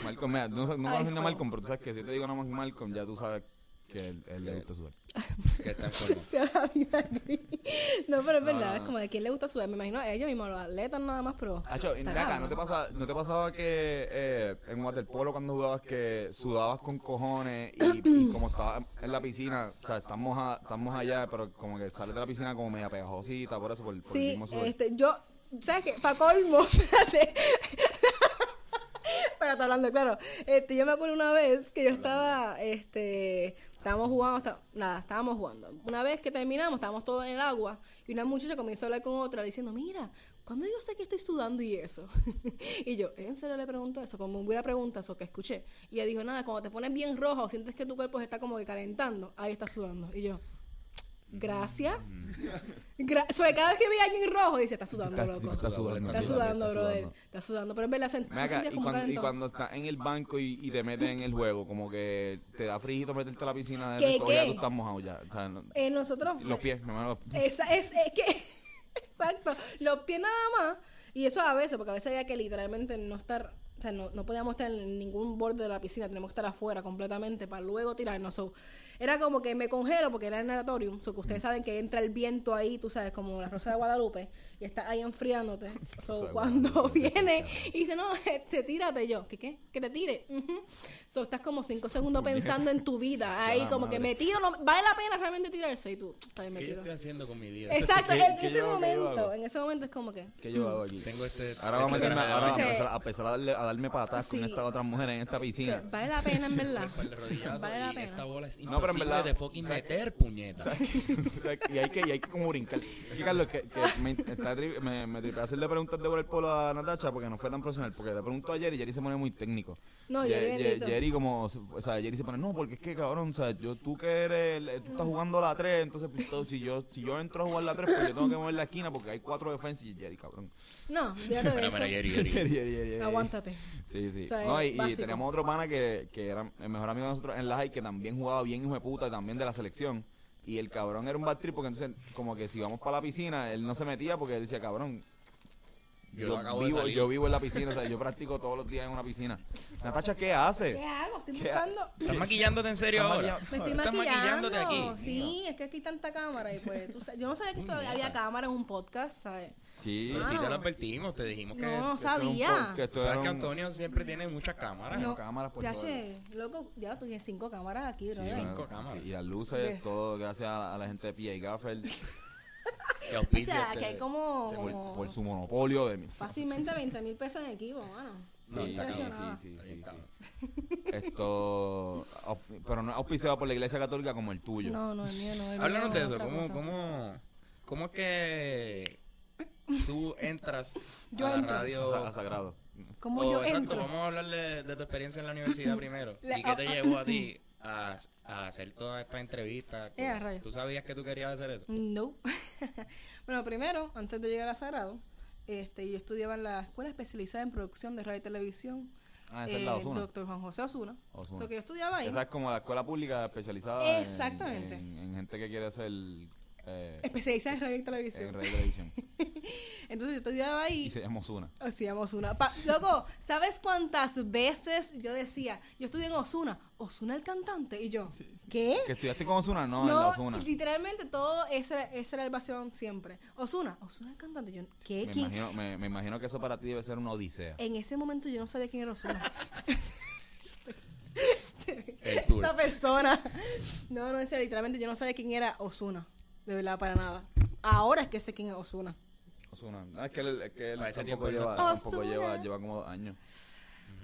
S2: Malcolm, mira, no, no conoces a
S3: fue.
S2: Malcolm, pero tú sabes que si yo te digo nomás Malcolm, ya tú sabes que él, él le gusta sudar.
S1: Que está en forma.
S3: Sea la vida aquí. No, pero es
S2: No, no,
S3: verdad, es como de quién le gusta sudar. Me imagino a ellos mismos, los atletas nada más, pero.
S2: Hacho, y
S3: está
S2: mira acá,
S3: cabrón.
S2: ¿no te, pasa, ¿no te pasaba que eh, en waterpolo cuando jugabas que sudabas con cojones y, y como estabas en la piscina, o sea, estamos, a- estamos allá, pero como que sales de la piscina como media pegajosita, por eso, por, por el
S3: Sí,
S2: mismo sudor.
S3: este, yo, ¿sabes qué? Para colmo, espérate. está hablando, claro. Este, yo me acuerdo una vez que yo estaba, este, estábamos jugando, está- nada, estábamos jugando. Una vez que terminamos, estábamos todos en el agua y una muchacha comenzó a hablar con otra diciendo, mira, ¿cuándo yo sé que estoy sudando y eso? y yo, ¿en serio le pregunto eso? Como hubiera preguntas o que escuché. Y ella dijo, nada, cuando te pones bien roja o sientes que tu cuerpo se está como que calentando, ahí estás sudando. Y yo, gracias. Gra- o sea, cada vez que veía a alguien rojo, dice, está sudando,
S2: Está-
S3: loco.
S2: está sudando,
S3: Está sudando,
S2: está
S3: brother.
S2: sudando.
S3: Está sudando, pero es verdad, sent- tú
S2: Ven acá,
S3: sentías
S2: y,
S3: como un
S2: cuando, y
S3: calentón.
S2: cuando estás en el banco y, y te meten en el juego, como que te da frijito meterte a la piscina de
S3: ¿Qué,
S2: esto, ya
S3: qué?
S2: tú estás mojado ya. O sea, no-
S3: Eh, nosotros.
S2: los pies, me mano.
S3: Esa, es, es que. Exacto. Los pies nada más. Y eso a veces, porque a veces había que literalmente no estar. O sea, no, no podíamos estar en ningún borde de la piscina, teníamos que estar afuera completamente para luego tirarnos. So, era como que me congelo porque era en el natatorium. So, que
S2: Mm.
S3: ustedes saben que entra el viento ahí, tú sabes, como la rosa de Guadalupe, y está ahí enfriándote. So,
S2: Rosa de
S3: cuando
S2: Guadalupe,
S3: viene y dice, no, este, tírate yo. ¿Qué qué? Que te tire. Ujú. So, estás como cinco segundos pensando en tu vida. Ahí,
S2: la
S3: como que
S2: madre.
S3: me tiro, no- vale la pena realmente tirarse. Y tú, "Está bien, me
S1: ¿Qué yo
S3: tiro".
S1: estoy haciendo con mi vida?
S3: Exacto,
S2: ¿Qué-
S3: en
S2: qué
S3: ese
S2: yo hago, qué yo hago?
S3: momento, en ese momento es como que.
S2: ¿Qué yo hago aquí?
S1: Tengo este-
S2: ahora vamos a
S1: este
S2: meterme, ahora vamos a
S3: Sí.
S2: empezar a, empezar a darle, a darme patadas
S3: Sí.
S2: con estas otras mujeres en esta
S3: o
S2: piscina.
S3: sea, vale la pena, en verdad.
S1: Para el rodillazo
S3: Vale la
S1: y esta
S3: pena.
S1: bola es imposible
S2: No, pero en verdad,
S1: de fucking meter, puñeta.
S2: O sea, y, hay que, y hay que como brincar. Es que, Carlos, que, que me, está tri- me, me tripé hacerle preguntas de por el polo a Natacha porque no fue tan profesional. Porque le preguntó a Jerry y Jerry se pone muy técnico.
S3: No,
S2: Ye-
S3: Jerry
S2: Ye-
S3: bendito.
S2: Jerry como, o sea, Jerry se pone, no, porque es que cabrón, o sea, yo, tú que eres, el- tú estás jugando la 3, entonces pues, todo, si, yo, si yo entro a jugar la 3, pues yo tengo que mover la esquina porque hay cuatro defensas y Jerry, cabrón.
S3: No, ya de
S1: Mira, mira,
S3: eso.
S1: Jerry, Jerry.
S2: Jerry, Jerry, Jerry, Jerry.
S3: Aguántate.
S2: Sí, sí.
S3: O sea,
S2: no, y,
S3: es
S2: y
S3: básico.
S2: teníamos otro pana que, que era el mejor amigo de nosotros en la high, que también jugaba bien hijo de puta, también de la selección. Y el cabrón era un bad trip, porque entonces, como que si vamos para la piscina, él no se metía porque él decía, cabrón,
S1: Yo
S2: yo,
S1: acabo de
S2: vivo,
S1: salir.
S2: yo vivo en la piscina, o sea, yo practico todos los días en una piscina. Natacha, ¿qué hace?
S3: ¿Qué hago? Estoy
S2: ¿Qué
S3: buscando.
S1: ¿Estás maquillándote en serio
S2: Estás
S1: ahora?
S2: maquillando-
S3: Me estoy
S1: Tú estás
S3: maquillando.
S1: maquillándote aquí.
S3: Sí, es que aquí hay tanta cámara y pues. Tú, sa- yo no sabía que esto-
S1: Puñeta.
S3: había cámara en un podcast, ¿sabes?
S2: Sí,
S1: Pero
S3: Ah,
S1: si te lo
S3: no.
S1: advertimos, te dijimos que.
S3: No,
S2: esto era un
S3: sabía.
S2: podcast, esto
S1: Tú sabes
S2: era
S1: que
S2: un-
S1: Antonio siempre tiene muchas cámaras.
S2: No.
S1: ¿no?
S2: cámaras por
S3: ya
S2: todo
S3: sé, loco, ya tú tienes cinco cámaras aquí, bro.
S1: Sí,
S2: una-
S1: Cinco cámaras.
S2: sí, y las luces,
S3: De-
S2: todo gracias a la, a la gente de P.A. Gaffer
S1: Que
S3: o
S1: auspicia
S3: sea,
S1: este-
S3: que hay como.
S2: por, por su monopolio de mí.
S3: Fácilmente 20 mil pesos en equipo, mano.
S2: Sí,
S3: Estoy
S2: sí,
S3: impresionada.
S2: sí, sí,
S1: Ahí
S2: sí,
S1: está.
S2: sí. Esto, au- pero no es auspiciado por la iglesia católica como el tuyo.
S3: No, no, el mío no. el mío
S1: Háblanos de
S3: es
S1: eso.
S3: otra
S1: ¿Cómo,
S3: cosa.
S1: cómo, ¿Cómo es que tú entras
S3: Yo
S1: a la
S3: entro.
S1: radio?
S2: O sea, a sagrado. Oh,
S3: ¿Cómo
S1: O,
S3: yo
S1: exacto,
S3: entro?
S1: vamos a hablarle de tu experiencia en la universidad primero.
S3: La-
S1: ¿Y qué te llevó a ti a, a hacer toda esta entrevista?
S3: Eh, a rayos.
S1: ¿Tú sabías que tú querías hacer eso?
S3: No. bueno, primero, antes de llegar a Sagrado, este, yo estudiaba en la escuela especializada en producción de radio y televisión.
S2: Ah, esa es la
S3: eh,
S2: Ozuna.
S3: Doctor Juan José Osuna.
S2: Ozuna.
S3: So, que yo estudiaba ahí.
S2: Esa es como la escuela pública especializada en-
S3: Exactamente.
S2: En, en gente que quiere hacer eh,
S3: Especializada en radio y televisión.
S2: en radio y televisión.
S3: Entonces yo estudiaba ahí.
S2: Y se llama Osuna.
S3: Sí, en Osuna. Pa- Loco, ¿sabes cuántas veces yo decía, yo estudié en Osuna? Osuna el cantante. Y yo, ¿qué?
S2: ¿Que estudiaste con Osuna? No, en la
S3: No,
S2: Osuna.
S3: literalmente todo ese, era- ese era el vacilón siempre. Osuna, Osuna el cantante. Yo, ¿qué?
S2: Me
S3: ¿Quién?
S2: imagino, me, me imagino que eso para ti debe ser una odisea.
S3: En ese momento yo no sabía quién era Osuna. Este,
S1: El tour.
S3: Esta persona. No, no, en serio, literalmente yo no sabía quién era Osuna. De verdad, para nada. Ahora es que sé quién es Osuna.
S2: Osuna. No, es que él, es que él
S1: Para ese
S2: tampoco,
S1: tiempo
S2: lleva,
S1: no-
S2: tampoco
S3: Ozuna.
S2: lleva, lleva como dos años.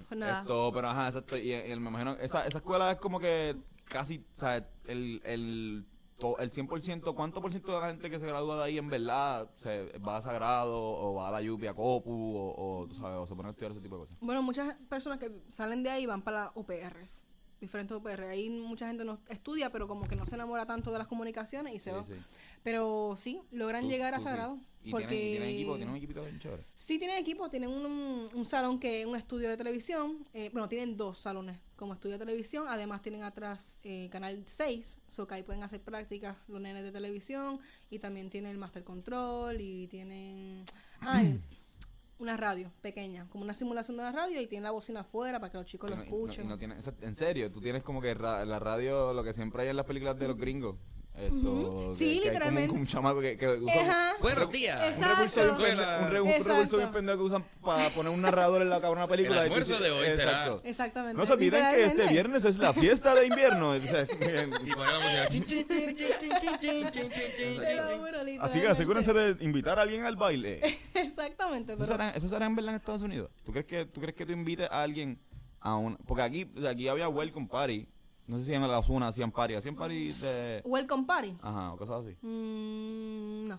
S3: Pues Nada.
S2: Esto, pero ajá, exacto. Y, y me imagino, esa, esa escuela es como que casi, o sea, el, el, to- el 100%, ¿cuánto por ciento de la gente que se gradúa de ahí en verdad se va a Sagrado o va a la Yupi a Copu o, o, tú sabes, o se pone a estudiar ese tipo de cosas?
S3: Bueno, muchas personas que salen de ahí van para UPRs, diferentes UPR. Ahí mucha gente no estudia, pero como que no se enamora tanto de las comunicaciones y se va.
S2: Sí, sí.
S3: Pero sí, logran
S2: Tú-
S3: llegar a
S2: tú sí.
S3: Sagrado.
S2: ¿Y,
S3: porque
S2: tienen, y tienen equipo, tienen un equipito bien chévere.
S3: Sí, tienen equipo, tienen un, un salón que es un estudio de televisión. eh, bueno, tienen dos salones como estudio de televisión. Además, tienen atrás eh, Canal 6, so que ahí pueden hacer prácticas los nenes de televisión. Y también tienen el Master Control y tienen. Ay, una radio pequeña, como una simulación de una radio. Y tienen la bocina afuera para que los chicos lo
S2: Y no- y no-
S3: escuchen.
S2: y no tienen- o sea, en serio, tú tienes como que ra- la radio, lo que siempre hay en las películas de los gringos. Esto,
S3: Ujú.
S2: que-
S3: Sí,
S2: que hay como un-
S3: literalmente.
S2: un, chamaco que, que usa un-
S3: Ajá.
S1: Buenos días.
S2: Un recurso bien
S3: Exacto.
S2: pendejo, un, re- un
S3: Exacto.
S2: recurso bien pendejo que usan para poner un narrador en la cabrona película.
S1: El almuerzo de hoy será-
S2: pues.
S3: Exactamente.
S2: No se olviden que este
S3: Literalmente.
S2: viernes es la fiesta de invierno. o sea, bien.
S1: Y ponemos música. Chin, chin, chin, chin, chin, chin, chin, chin, chin,
S3: Te lo
S1: chin.
S2: Así
S3: juro,
S2: que
S3: literalmente.
S2: asegúrense de invitar a alguien al baile.
S3: Exactamente,
S2: ¿Eso
S3: pero.
S2: será, eso será en verdad en Estados Unidos? ¿Tú crees que tú, crees que tú invites a alguien a un... Porque aquí, aquí había welcome party. No sé si en la Osuna hacían party. Hacían party de...
S3: Welcome Party.
S2: Ajá, o cosas así.
S3: Mm, no.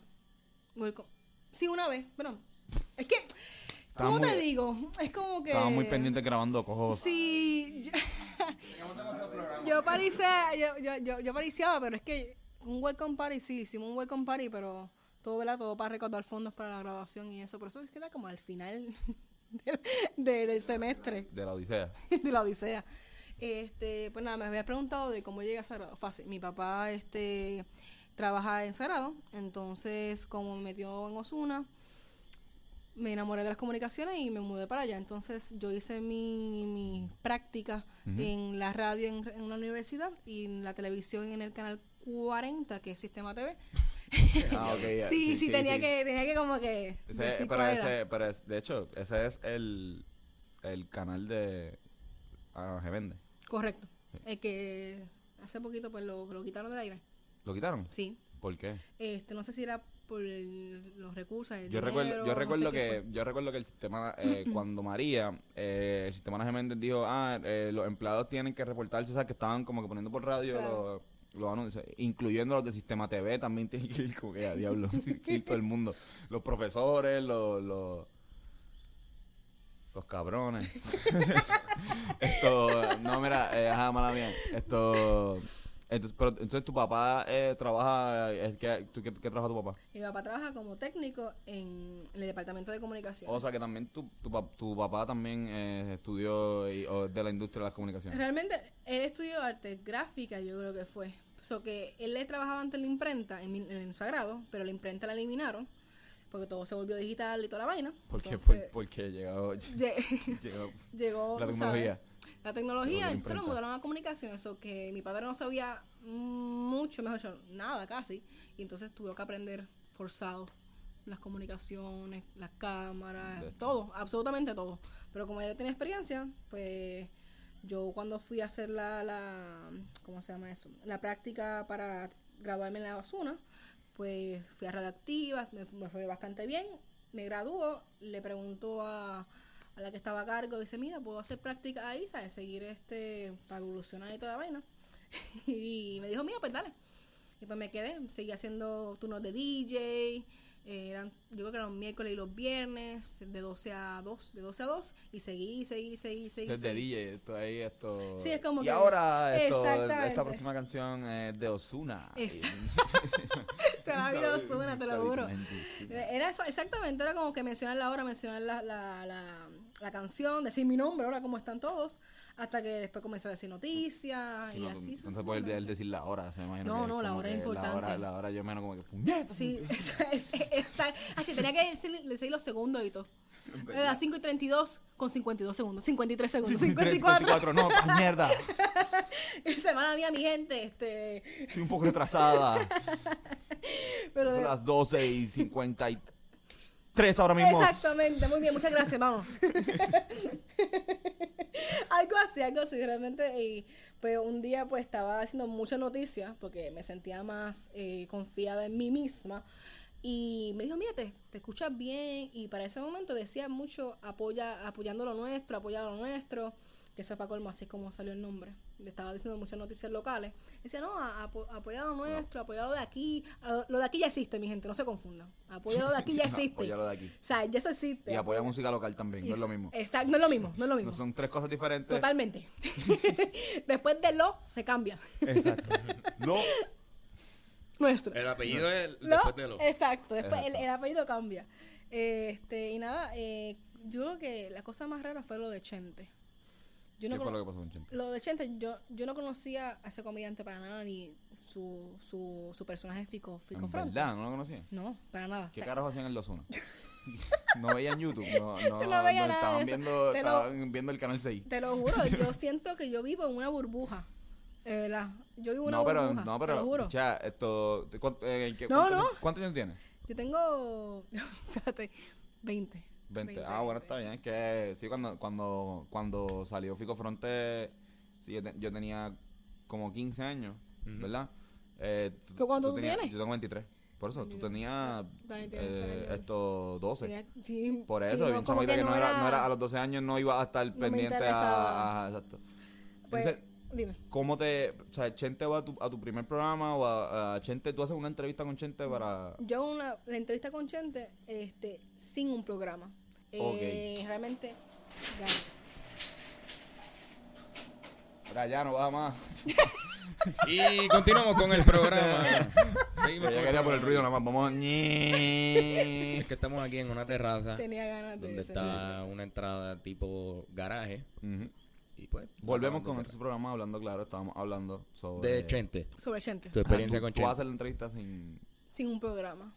S3: Welcome. Sí, una vez, pero. Es que.
S2: Estaba
S3: ¿Cómo
S2: muy-
S3: te digo? Es como que.
S2: Estaba muy pendiente grabando cojos.
S3: Sí. Yo, yo paricea- yo, yo, yo, yo pariciaba, pero es que un welcome party, sí, hicimos un welcome party, pero todo, ¿verdad? Todo para recaudar fondos para la graduación y eso. Por eso es que era como al final del, de- del semestre
S2: De la Odisea.
S3: de la odisea. Este, pues nada, me habías preguntado de cómo llegué a Sagrado. Fácil. Mi papá, este, trabaja en Sagrado. Entonces, como me metió en Osuna, me enamoré de las comunicaciones y me mudé para allá. Entonces, yo hice mi, mi práctica en la radio en, en una universidad y en la televisión en el canal 40, que es Sistema TV.
S2: Ah, ok. ya.
S3: sí, sí, tenía
S2: Eh, sí.
S3: que, tenía que como que.
S2: Ese-
S3: decir
S2: pero
S3: cuál era.
S2: ese, pero es- de hecho, ese es el, el canal de ah, que vende.
S3: Correcto. El que hace poquito pues lo, lo quitaron del aire.
S2: ¿Lo quitaron?
S3: Sí.
S2: ¿Por qué?
S3: Este, no sé si era por el- los recursos. el
S2: Yo
S3: dinero,
S2: recuerdo, yo
S3: no sé
S2: recuerdo
S3: qué
S2: que, yo recuerdo que el sistema, eh, cuando María, eh, el sistema de Méndez dijo, ah, eh, los empleados tienen que reportarse, o sea, que estaban como que poniendo por radio
S3: Claro.
S2: los, los anuncios, incluyendo los de Sistema TV, también tienen que ir como que a diablo, tiene que ir todo el mundo. Los profesores, los, los, los cabrones. Esto, no, mira, eh, ajá, mala mía. Esto, entonces, pero, entonces tu papá eh, trabaja, eh, ¿qué, tú- qué- qué trabaja tu papá?
S3: fue. Mi papá trabaja como técnico en el departamento de comunicación.
S2: O sea que también tu, tu, pap- tu papá también eh, estudió y- o es de la industria de las comunicaciones.
S3: Realmente, él estudió arte gráfica, yo creo que fue. O sea, que él le trabajaba ante la imprenta, en, mi- en el sagrado, pero la imprenta la eliminaron porque todo se volvió digital y toda la vaina.
S2: Porque,
S3: Entonces,
S2: por, porque llegó,
S3: lle-
S2: llegó
S3: llegó
S2: la
S3: tú
S2: tecnología.
S3: sabes, la
S2: Llegó la
S3: tecnología se lo
S2: imprenta.
S3: mudaron a comunicaciones o que mi padre no sabía mucho mejor dicho, nada casi y entonces tuvo que aprender forzado las comunicaciones las cámaras
S2: De esto.
S3: todo absolutamente todo pero como ya tenía experiencia pues yo cuando fui a hacer la, la cómo se llama eso la práctica para graduarme en la Osuna pues fui a radioactivas me, me fue bastante bien me graduó le preguntó a, a la que estaba a cargo dice mira puedo hacer práctica ahí sabes seguir este para evolucionar y toda la vaina y me dijo mira pues dale y pues me quedé seguí haciendo turnos de DJ eh, eran yo creo que eran miércoles y los viernes de 12 a 2 de 12 a 2 y seguí seguí seguí seguí,
S2: Esto es de
S3: seguí.
S2: DJ, esto ahí, esto.
S3: Sí, es como
S2: y
S3: que-
S2: ahora, esto,
S3: Exactamente.
S2: esta próxima canción es de Osuna.
S3: se va a ir Ozuna, te lo juro Eh, Era eso, exactamente, era como que mencionar la hora, mencionar la, la, la, la canción, decir mi nombre, ahora cómo están todos, hasta que después comencé a decir noticias y así
S2: no se puede olvidar decir la hora, se me imagino.
S3: No,
S2: que
S3: no, la
S2: como
S3: hora es
S2: que La hora,
S3: importante.
S2: la hora yo menos como que puñeta.
S3: Sí, esa- es- es- esa- Ay, yo tenía que decir, decir los segundos y todo. Era 5 y 32 con 52 segundos, 53 segundos, 54.
S2: 54, no, pa' mierda.
S3: Semana mía, mi gente, este,
S2: Estoy un poco retrasada.
S3: pero
S2: Son
S3: de-
S2: las 12 y 53 ahora mismo.
S3: Exactamente, muy bien, muchas gracias, vamos. algo así, algo así, realmente. Y pues un día pues estaba haciendo muchas noticias porque me sentía más eh, confiada en mí misma. Y me dijo, mira, te, te escuchas bien. Y para ese momento decía mucho apoya, apoyando lo nuestro, apoyar lo nuestro. Que eso es para colmo, así es como salió el nombre. Le estaba diciendo muchas noticias locales. Decía, no, a- apo- apoya lo nuestro, apoya lo de aquí. A- Lo de aquí ya existe, mi gente, no se confundan. Apoya lo de aquí ya
S2: Sí, no,
S3: existe.
S2: apoya lo de aquí.
S3: O sea, ya eso existe.
S2: Y apoya música local también, pues, no es lo mismo.
S3: Exacto, no es lo mismo, no es lo mismo.
S2: No son tres cosas diferentes.
S3: Totalmente. Después de lo, se cambia.
S2: Exacto. No.
S3: Nuestro.
S1: El apellido es el-
S3: Lo,
S1: después de lo.
S3: Exacto, después el,
S2: Exacto.
S3: el apellido cambia. Este, y nada, eh, yo creo que la cosa más rara fue lo de Chente. Yo
S2: ¿Qué fue
S3: cono-
S2: lo que pasó con Chente?
S3: Lo de Chente, yo, yo no conocía a ese comediante para nada, ni su, su, su personaje Fico, Fico
S2: En
S3: Franco.
S2: verdad, no lo conocía.
S3: No, para nada.
S2: ¿Qué
S3: O sea,
S2: carajo hacían en los unos? No veían YouTube, no, no,
S3: No veía nada de
S2: estaban
S3: eso.
S2: viendo,
S3: Te lo-
S2: estaban viendo el canal 6.
S3: Te lo juro, yo siento que yo vivo en una burbuja. De verdad. Yo vivo en una
S2: No, pero,
S3: burbuja.
S2: no,
S3: te
S2: pero,
S3: lo juro.
S2: picha, esto, ¿cuánto, eh, qué-
S3: No,
S2: cuánto-
S3: no.
S2: ¿cuántos años tienes?
S3: Yo tengo. espérate, 20.
S2: 20. Ah, bueno,
S3: 20.
S2: está bien. Es que sí, cuando, cuando, cuando salió Fico Fronte, sí, yo, te- yo tenía como 15 años, ¿verdad? Eh, tú-
S3: ¿Pero cuánto tú
S2: tenías-
S3: tienes?
S2: Yo tengo 23. Por eso, tú tenías
S3: Dani tiene treinta
S2: eh,
S3: años.
S2: estos 12.
S3: Tenía- sí,
S2: Por
S3: sí,
S2: eso,
S3: no,
S2: bien
S3: como
S2: chamaquita que no era, no era- a los 12 años no iba a estar
S3: me
S2: pendiente
S3: interesaba.
S2: a. Ajá, exacto.
S3: pues,
S2: Entonces,
S3: dime.
S2: ¿cómo te. O sea, Chente va a tu, a tu primer programa o a, a Chente. Tú haces una entrevista con Chente para.
S3: Yo hago una, la entrevista con Chente este, sin un programa. Eh, realmente, gana.
S2: Brian, no baja más.
S1: Y continuamos con el programa. Seguimos
S2: Ella
S1: con
S2: quería por el
S1: programa.
S2: ruido nada más. Vamos. ñe.
S1: Es que estamos aquí en una terraza
S2: Ah.
S3: tenía ganas de
S1: donde
S3: ese.
S1: está una entrada tipo garaje.
S2: Ujú.
S1: Y pues.
S2: Volvemos
S1: acabamos
S2: con
S1: de
S2: este programa hablando, claro. Estábamos hablando
S1: cerrar.
S2: sobre.
S1: De Chente.
S3: sobre Chente,
S1: Tu
S2: Ajá,
S1: experiencia
S2: Ah, tú-
S1: con
S2: Tú vas a
S1: Chente.
S2: hacer la entrevista sin.
S3: sin un programa.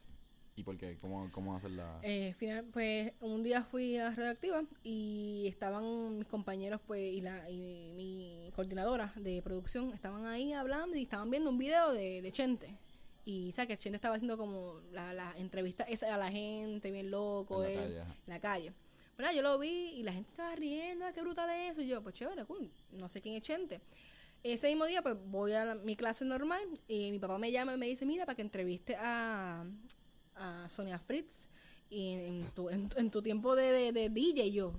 S2: ¿Y por qué? ¿Cómo, cómo hacer la.?
S3: Eh, final, pues un día fui a Radioactiva y estaban mis compañeros pues y, la, y mi coordinadora de producción estaban ahí hablando y estaban viendo un video de, de Chente. Y o sea que Chente estaba haciendo como la, la entrevista esa a la gente, bien
S2: En
S3: loco,
S2: la
S3: él,
S2: calle, ajá.
S3: en la calle. Bueno, yo lo vi y la gente estaba riendo, "Ah, qué brutal es eso. Y yo, pues chévere, cool, no sé quién es Chente. Ese mismo día, pues voy a la- mi clase normal y mi papá me llama y me dice: Mira, para que entreviste a, a Sonia Fritz y en tu, en, tu- en tu tiempo de, de, de DJ. Y yo,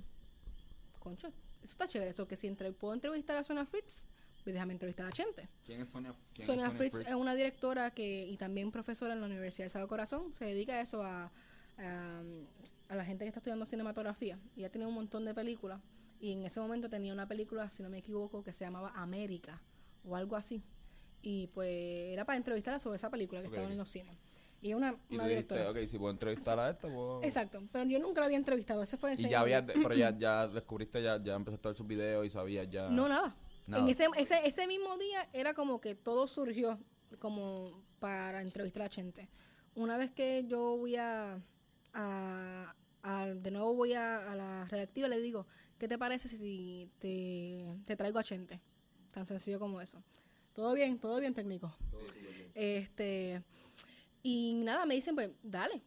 S3: concho, eso está chévere. Eso que si entre- puedo entrevistar a Sonia Fritz, pues déjame entrevistar a Chente.
S2: ¿Quién es Sonia, quién es
S3: Sonia
S2: Sonia
S3: Fritz
S2: Fritz?
S3: es una directora que y también profesora en la Universidad del Sagrado Corazón. Se dedica a eso, a, a, a la gente que está estudiando cinematografía. Ella tiene un montón de películas. Y en ese momento tenía una película, si no me equivoco, que se llamaba América o algo así. Y pues era para entrevistarla sobre esa película que
S2: Ok,
S3: estaba
S2: ok.
S3: en los cines. Y es una,
S2: Y
S3: una
S2: tú dijiste,
S3: directora.
S2: ok, si puedo entrevistar a esta, puedo...
S3: Exacto, pero yo nunca la había entrevistado. Ese fue el
S2: Y ya
S3: segundo.
S2: habías, pero ya, ya descubriste, ya, ya empezaste a ver sus videos y sabías ya...
S3: No, nada.
S2: Nada.
S3: En ese, ese, ese mismo día era como que todo surgió como para entrevistar a gente. Una vez que yo voy a, a- a- de nuevo voy a, a la redactiva, le digo, ¿qué te parece si te, te traigo a gente? Tan sencillo como eso. Todo bien, todo bien técnico. Este, y nada, me dicen, pues, dale.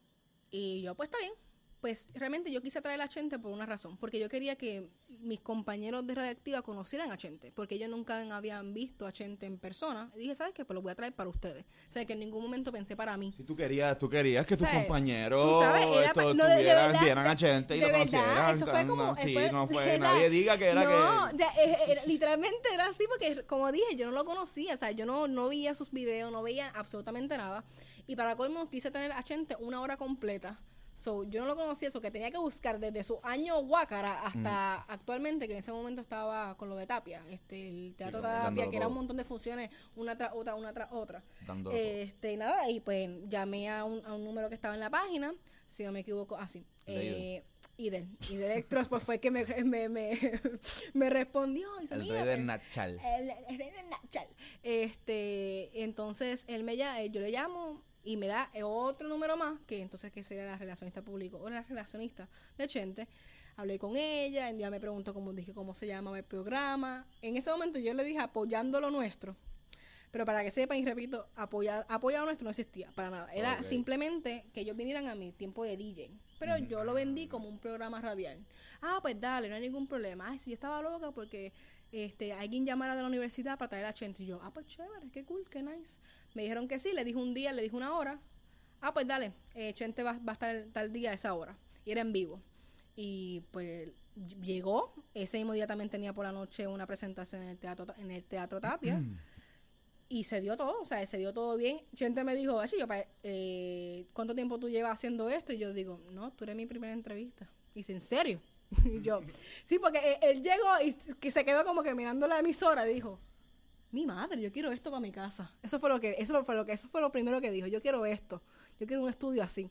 S3: Y yo, pues, está bien. Pues realmente yo quise traer a Chente por una razón, porque yo quería que mis compañeros de redactiva conocieran a Chente, porque ellos nunca habían visto a Chente en persona. Y dije, ¿sabes qué? Pues lo voy a traer para ustedes. O sea, que en ningún momento pensé para mí.
S2: Si tú querías, tú querías que tus
S3: ¿Sabes?
S2: compañeros
S3: Tú sabes, era
S2: esto,
S3: pa- no, de- de
S2: tuvieran-
S3: verdad,
S2: vieran a
S3: de-
S2: gente y lo
S3: de verdad,
S2: conocieran.
S3: eso fue
S2: no,
S3: como-
S2: sí,
S3: fue-
S2: no fue,
S3: de verdad.
S2: nadie diga que era
S3: no,
S2: que...
S3: de- eh, era- literalmente era así porque como dije, yo no lo conocía, o sea, yo no, no veía sus videos, no veía absolutamente nada. Y para colmo quise tener a Chente una hora completa. So, yo no lo conocía, eso que tenía que buscar desde su año Guácara hasta
S2: Mm.
S3: actualmente, que en ese momento estaba con lo de Tapia, este, el teatro
S2: con- dándolo
S3: Tapia, que era
S2: todo.
S3: un montón de funciones, una tras otra, una tras otra.
S2: Dándolo todo.
S3: Este, y nada, y pues llamé a un, a un número que estaba en la página, si no me equivoco, así.
S2: Leiden.
S3: eh, Idel. Idel Electros pues fue que me, me, me, me respondió. y dice,
S2: El
S3: "Mira,
S2: rey del
S3: pero-
S2: Nachal.
S3: el- el rey del Nachal. Este, entonces él me llama, eh, yo le llamo y me da otro número más, que entonces que sería la relacionista público o la relacionista de Chente. Hablé con ella, ella me preguntó cómo dije cómo se llama el programa. En ese momento yo le dije apoyando lo nuestro. Pero para que sepan, y repito, apoya- apoyado nuestro no existía para nada. Era
S2: Ok.
S3: simplemente que ellos vinieran a mi tiempo de DJ. Pero yo lo vendí como un programa radial. Ah, pues dale, no hay ningún problema. Ay, si yo estaba loca porque este, alguien llamara de la universidad para traer a Chente. Y yo, ah, pues chévere, qué cool, qué nice. Me dijeron que sí, le dije un día, le dije una hora. Ah, pues dale, eh, Chente va, va a estar tal día a esa hora. Y era en vivo. Y pues ll- llegó. Ese mismo día también tenía por la noche una presentación en el Teatro, Ta- en el teatro Tapia. Y se dio todo, o sea, se dio todo bien. Gente me dijo, "Achi, yo, pa- eh, ¿cuánto tiempo tú llevas haciendo esto? Y yo digo, no, tú eres mi primera entrevista. Y dice, ¿en serio? Y yo, sí, porque él, él llegó y s- que se quedó como que mirando la emisora y dijo, mi madre, yo quiero esto para mi casa. Eso fue lo que, eso fue lo que, eso fue lo primero que dijo, yo quiero esto, yo quiero un estudio así.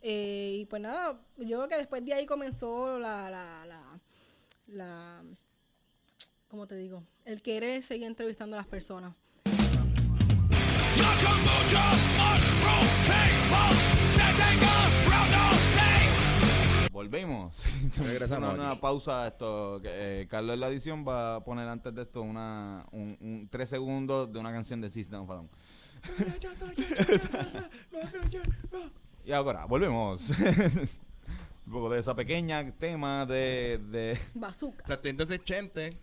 S3: Eh, y pues nada, yo creo que después de ahí comenzó la, la, la, la, ¿cómo te digo? El querer seguir entrevistando a las personas.
S2: Volvemos.
S1: Regresamos
S2: Una,
S1: aquí.
S2: una pausa. Esto, que, eh, Carlos en la edición va a poner antes de esto una, un, un- tres segundos de una canción de System of a Down. Y ahora, volvemos. un poco de esa pequeña tema de... de
S3: Bazooka.
S1: Exacto, entonces Chente.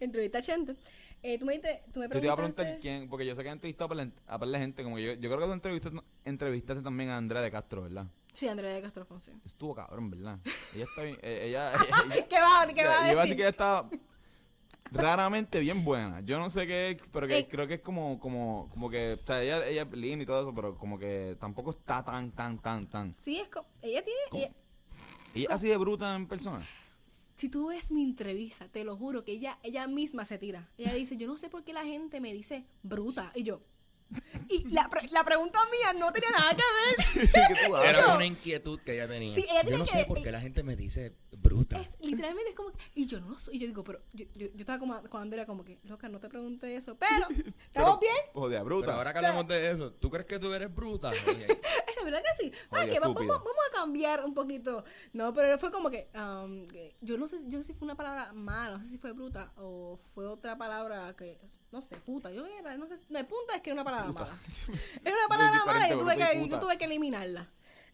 S3: entrevista a gente. Eh, tú me, dijiste- tú me
S2: Yo te iba a preguntar
S3: preguntaste-
S2: quién, porque yo sé que he entrevistado a par de- a par de gente, como que yo, yo creo que tú entrevistaste, entrevistaste también a Andrea de Castro, ¿verdad?
S3: Sí, Andrea de Castro Fonseca.
S2: Estuvo cabrón, ¿verdad? Ella está bien, eh, ella, ella-
S3: ¿Qué va, qué va
S2: yo
S3: a
S2: así
S3: decir?
S2: que ella está raramente bien buena. Yo no sé qué es, pero que
S3: Eh.
S2: creo que es como, como, como que, o sea, ella, ella es linda y todo eso, pero como que tampoco está tan, tan, tan, tan.
S3: Sí, es como... Ella tiene... ella-
S2: Y es así de bruta en persona.
S3: si tú ves mi entrevista, te lo juro que ella, ella misma se tira. Ella dice, yo no sé por qué la gente me dice bruta. Y yo... Y la, pre- la pregunta mía no tenía nada que ver.
S2: ¿Qué tú haces?
S3: Eso.
S1: Era una inquietud que ella tenía.
S3: Sí, ella
S1: yo
S3: tiene
S1: no
S3: que- eh,
S1: sé por qué la gente me dice bruta.
S3: Es, literalmente es como... que- Y yo no lo soy. Y yo digo, pero... Yo, yo, yo estaba como, con Andrea como que, loca, no te pregunté eso. Pero, ¿estamos
S2: Pero,
S3: bien?
S2: Joder,
S1: Pero
S2: bruta.
S1: ahora que hablamos de eso, ¿tú crees que tú eres bruta?
S3: Es la verdad que sí. ¿Sabes
S2: Oye,
S3: qué? Va-
S2: estúpida.
S3: Vamos, vamos a cambiar un poquito. No, pero fue como que, um, que yo no sé, yo no sé si fue una palabra mala, no sé si fue bruta o fue otra palabra que, no sé, puta. Yo era, no sé, si- no, el punto es que era una palabra mala. Era una palabra
S2: diferente, bruta y
S3: mala y yo tuve, que, yo
S2: puta.
S3: tuve que eliminarla.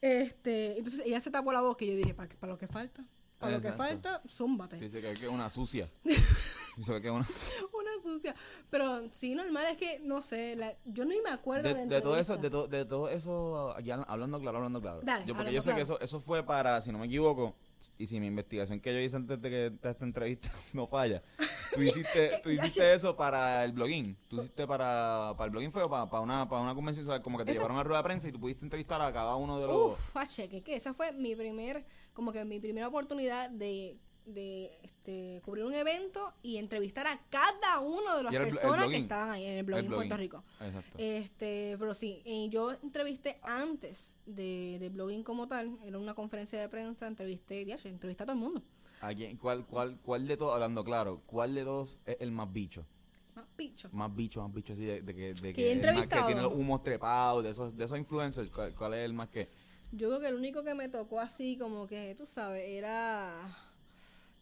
S3: Este, entonces ella se tapó la voz que yo dije, para lo que falta, para lo que
S2: Exacto.
S3: falta, zúmbate.
S2: Sí, se ve que es una sucia. Se ve que es una...
S3: Una sucia. Pero sí, normal es que, no sé, la- yo ni me acuerdo
S2: De,
S3: la
S2: de todo eso,
S3: entrevista.
S2: de, to- de todo eso, aquí habla- hablando claro, hablando claro.
S3: Dale,
S2: yo, porque yo
S3: hablando
S2: sé que
S3: claro.
S2: eso, eso fue para, si no me equivoco, y si mi investigación que yo hice antes de que esta, esta entrevista no falla, tú hiciste, tú hiciste eso para el blogging. Tú hiciste para, para el blogging fue o para, para una, para una convención, o sea, como que te
S3: Eso-
S2: llevaron a rueda de prensa y tú pudiste entrevistar a cada uno de los...
S3: Uf, a cheque, que esa fue mi primer, como que mi primera oportunidad de, de este, cubrir un evento y entrevistar a cada uno de las
S2: Y era el blo- el
S3: personas que
S2: blogging.
S3: estaban ahí en el blog
S2: el
S3: en
S2: blogging.
S3: Puerto Rico.
S2: Exacto.
S3: Este, pero sí, eh, yo entrevisté antes de, de blogging como tal, era una conferencia de prensa, entrevisté, ya, entrevisté a todo el mundo.
S2: ¿A quién- cuál, cuál, ¿Cuál de todos, hablando claro, cuál de todos es el más bicho?
S3: Más Ah, picho.
S2: Más bicho, más bicho así de, de que, de
S3: ¿Qué
S2: que, el más que
S3: entrevistado?
S2: tiene los humos trepados, de esos, de esos influencers, ¿cuál, cuál es el más que?
S3: Yo creo que el único que me tocó así, como que, tú sabes, era.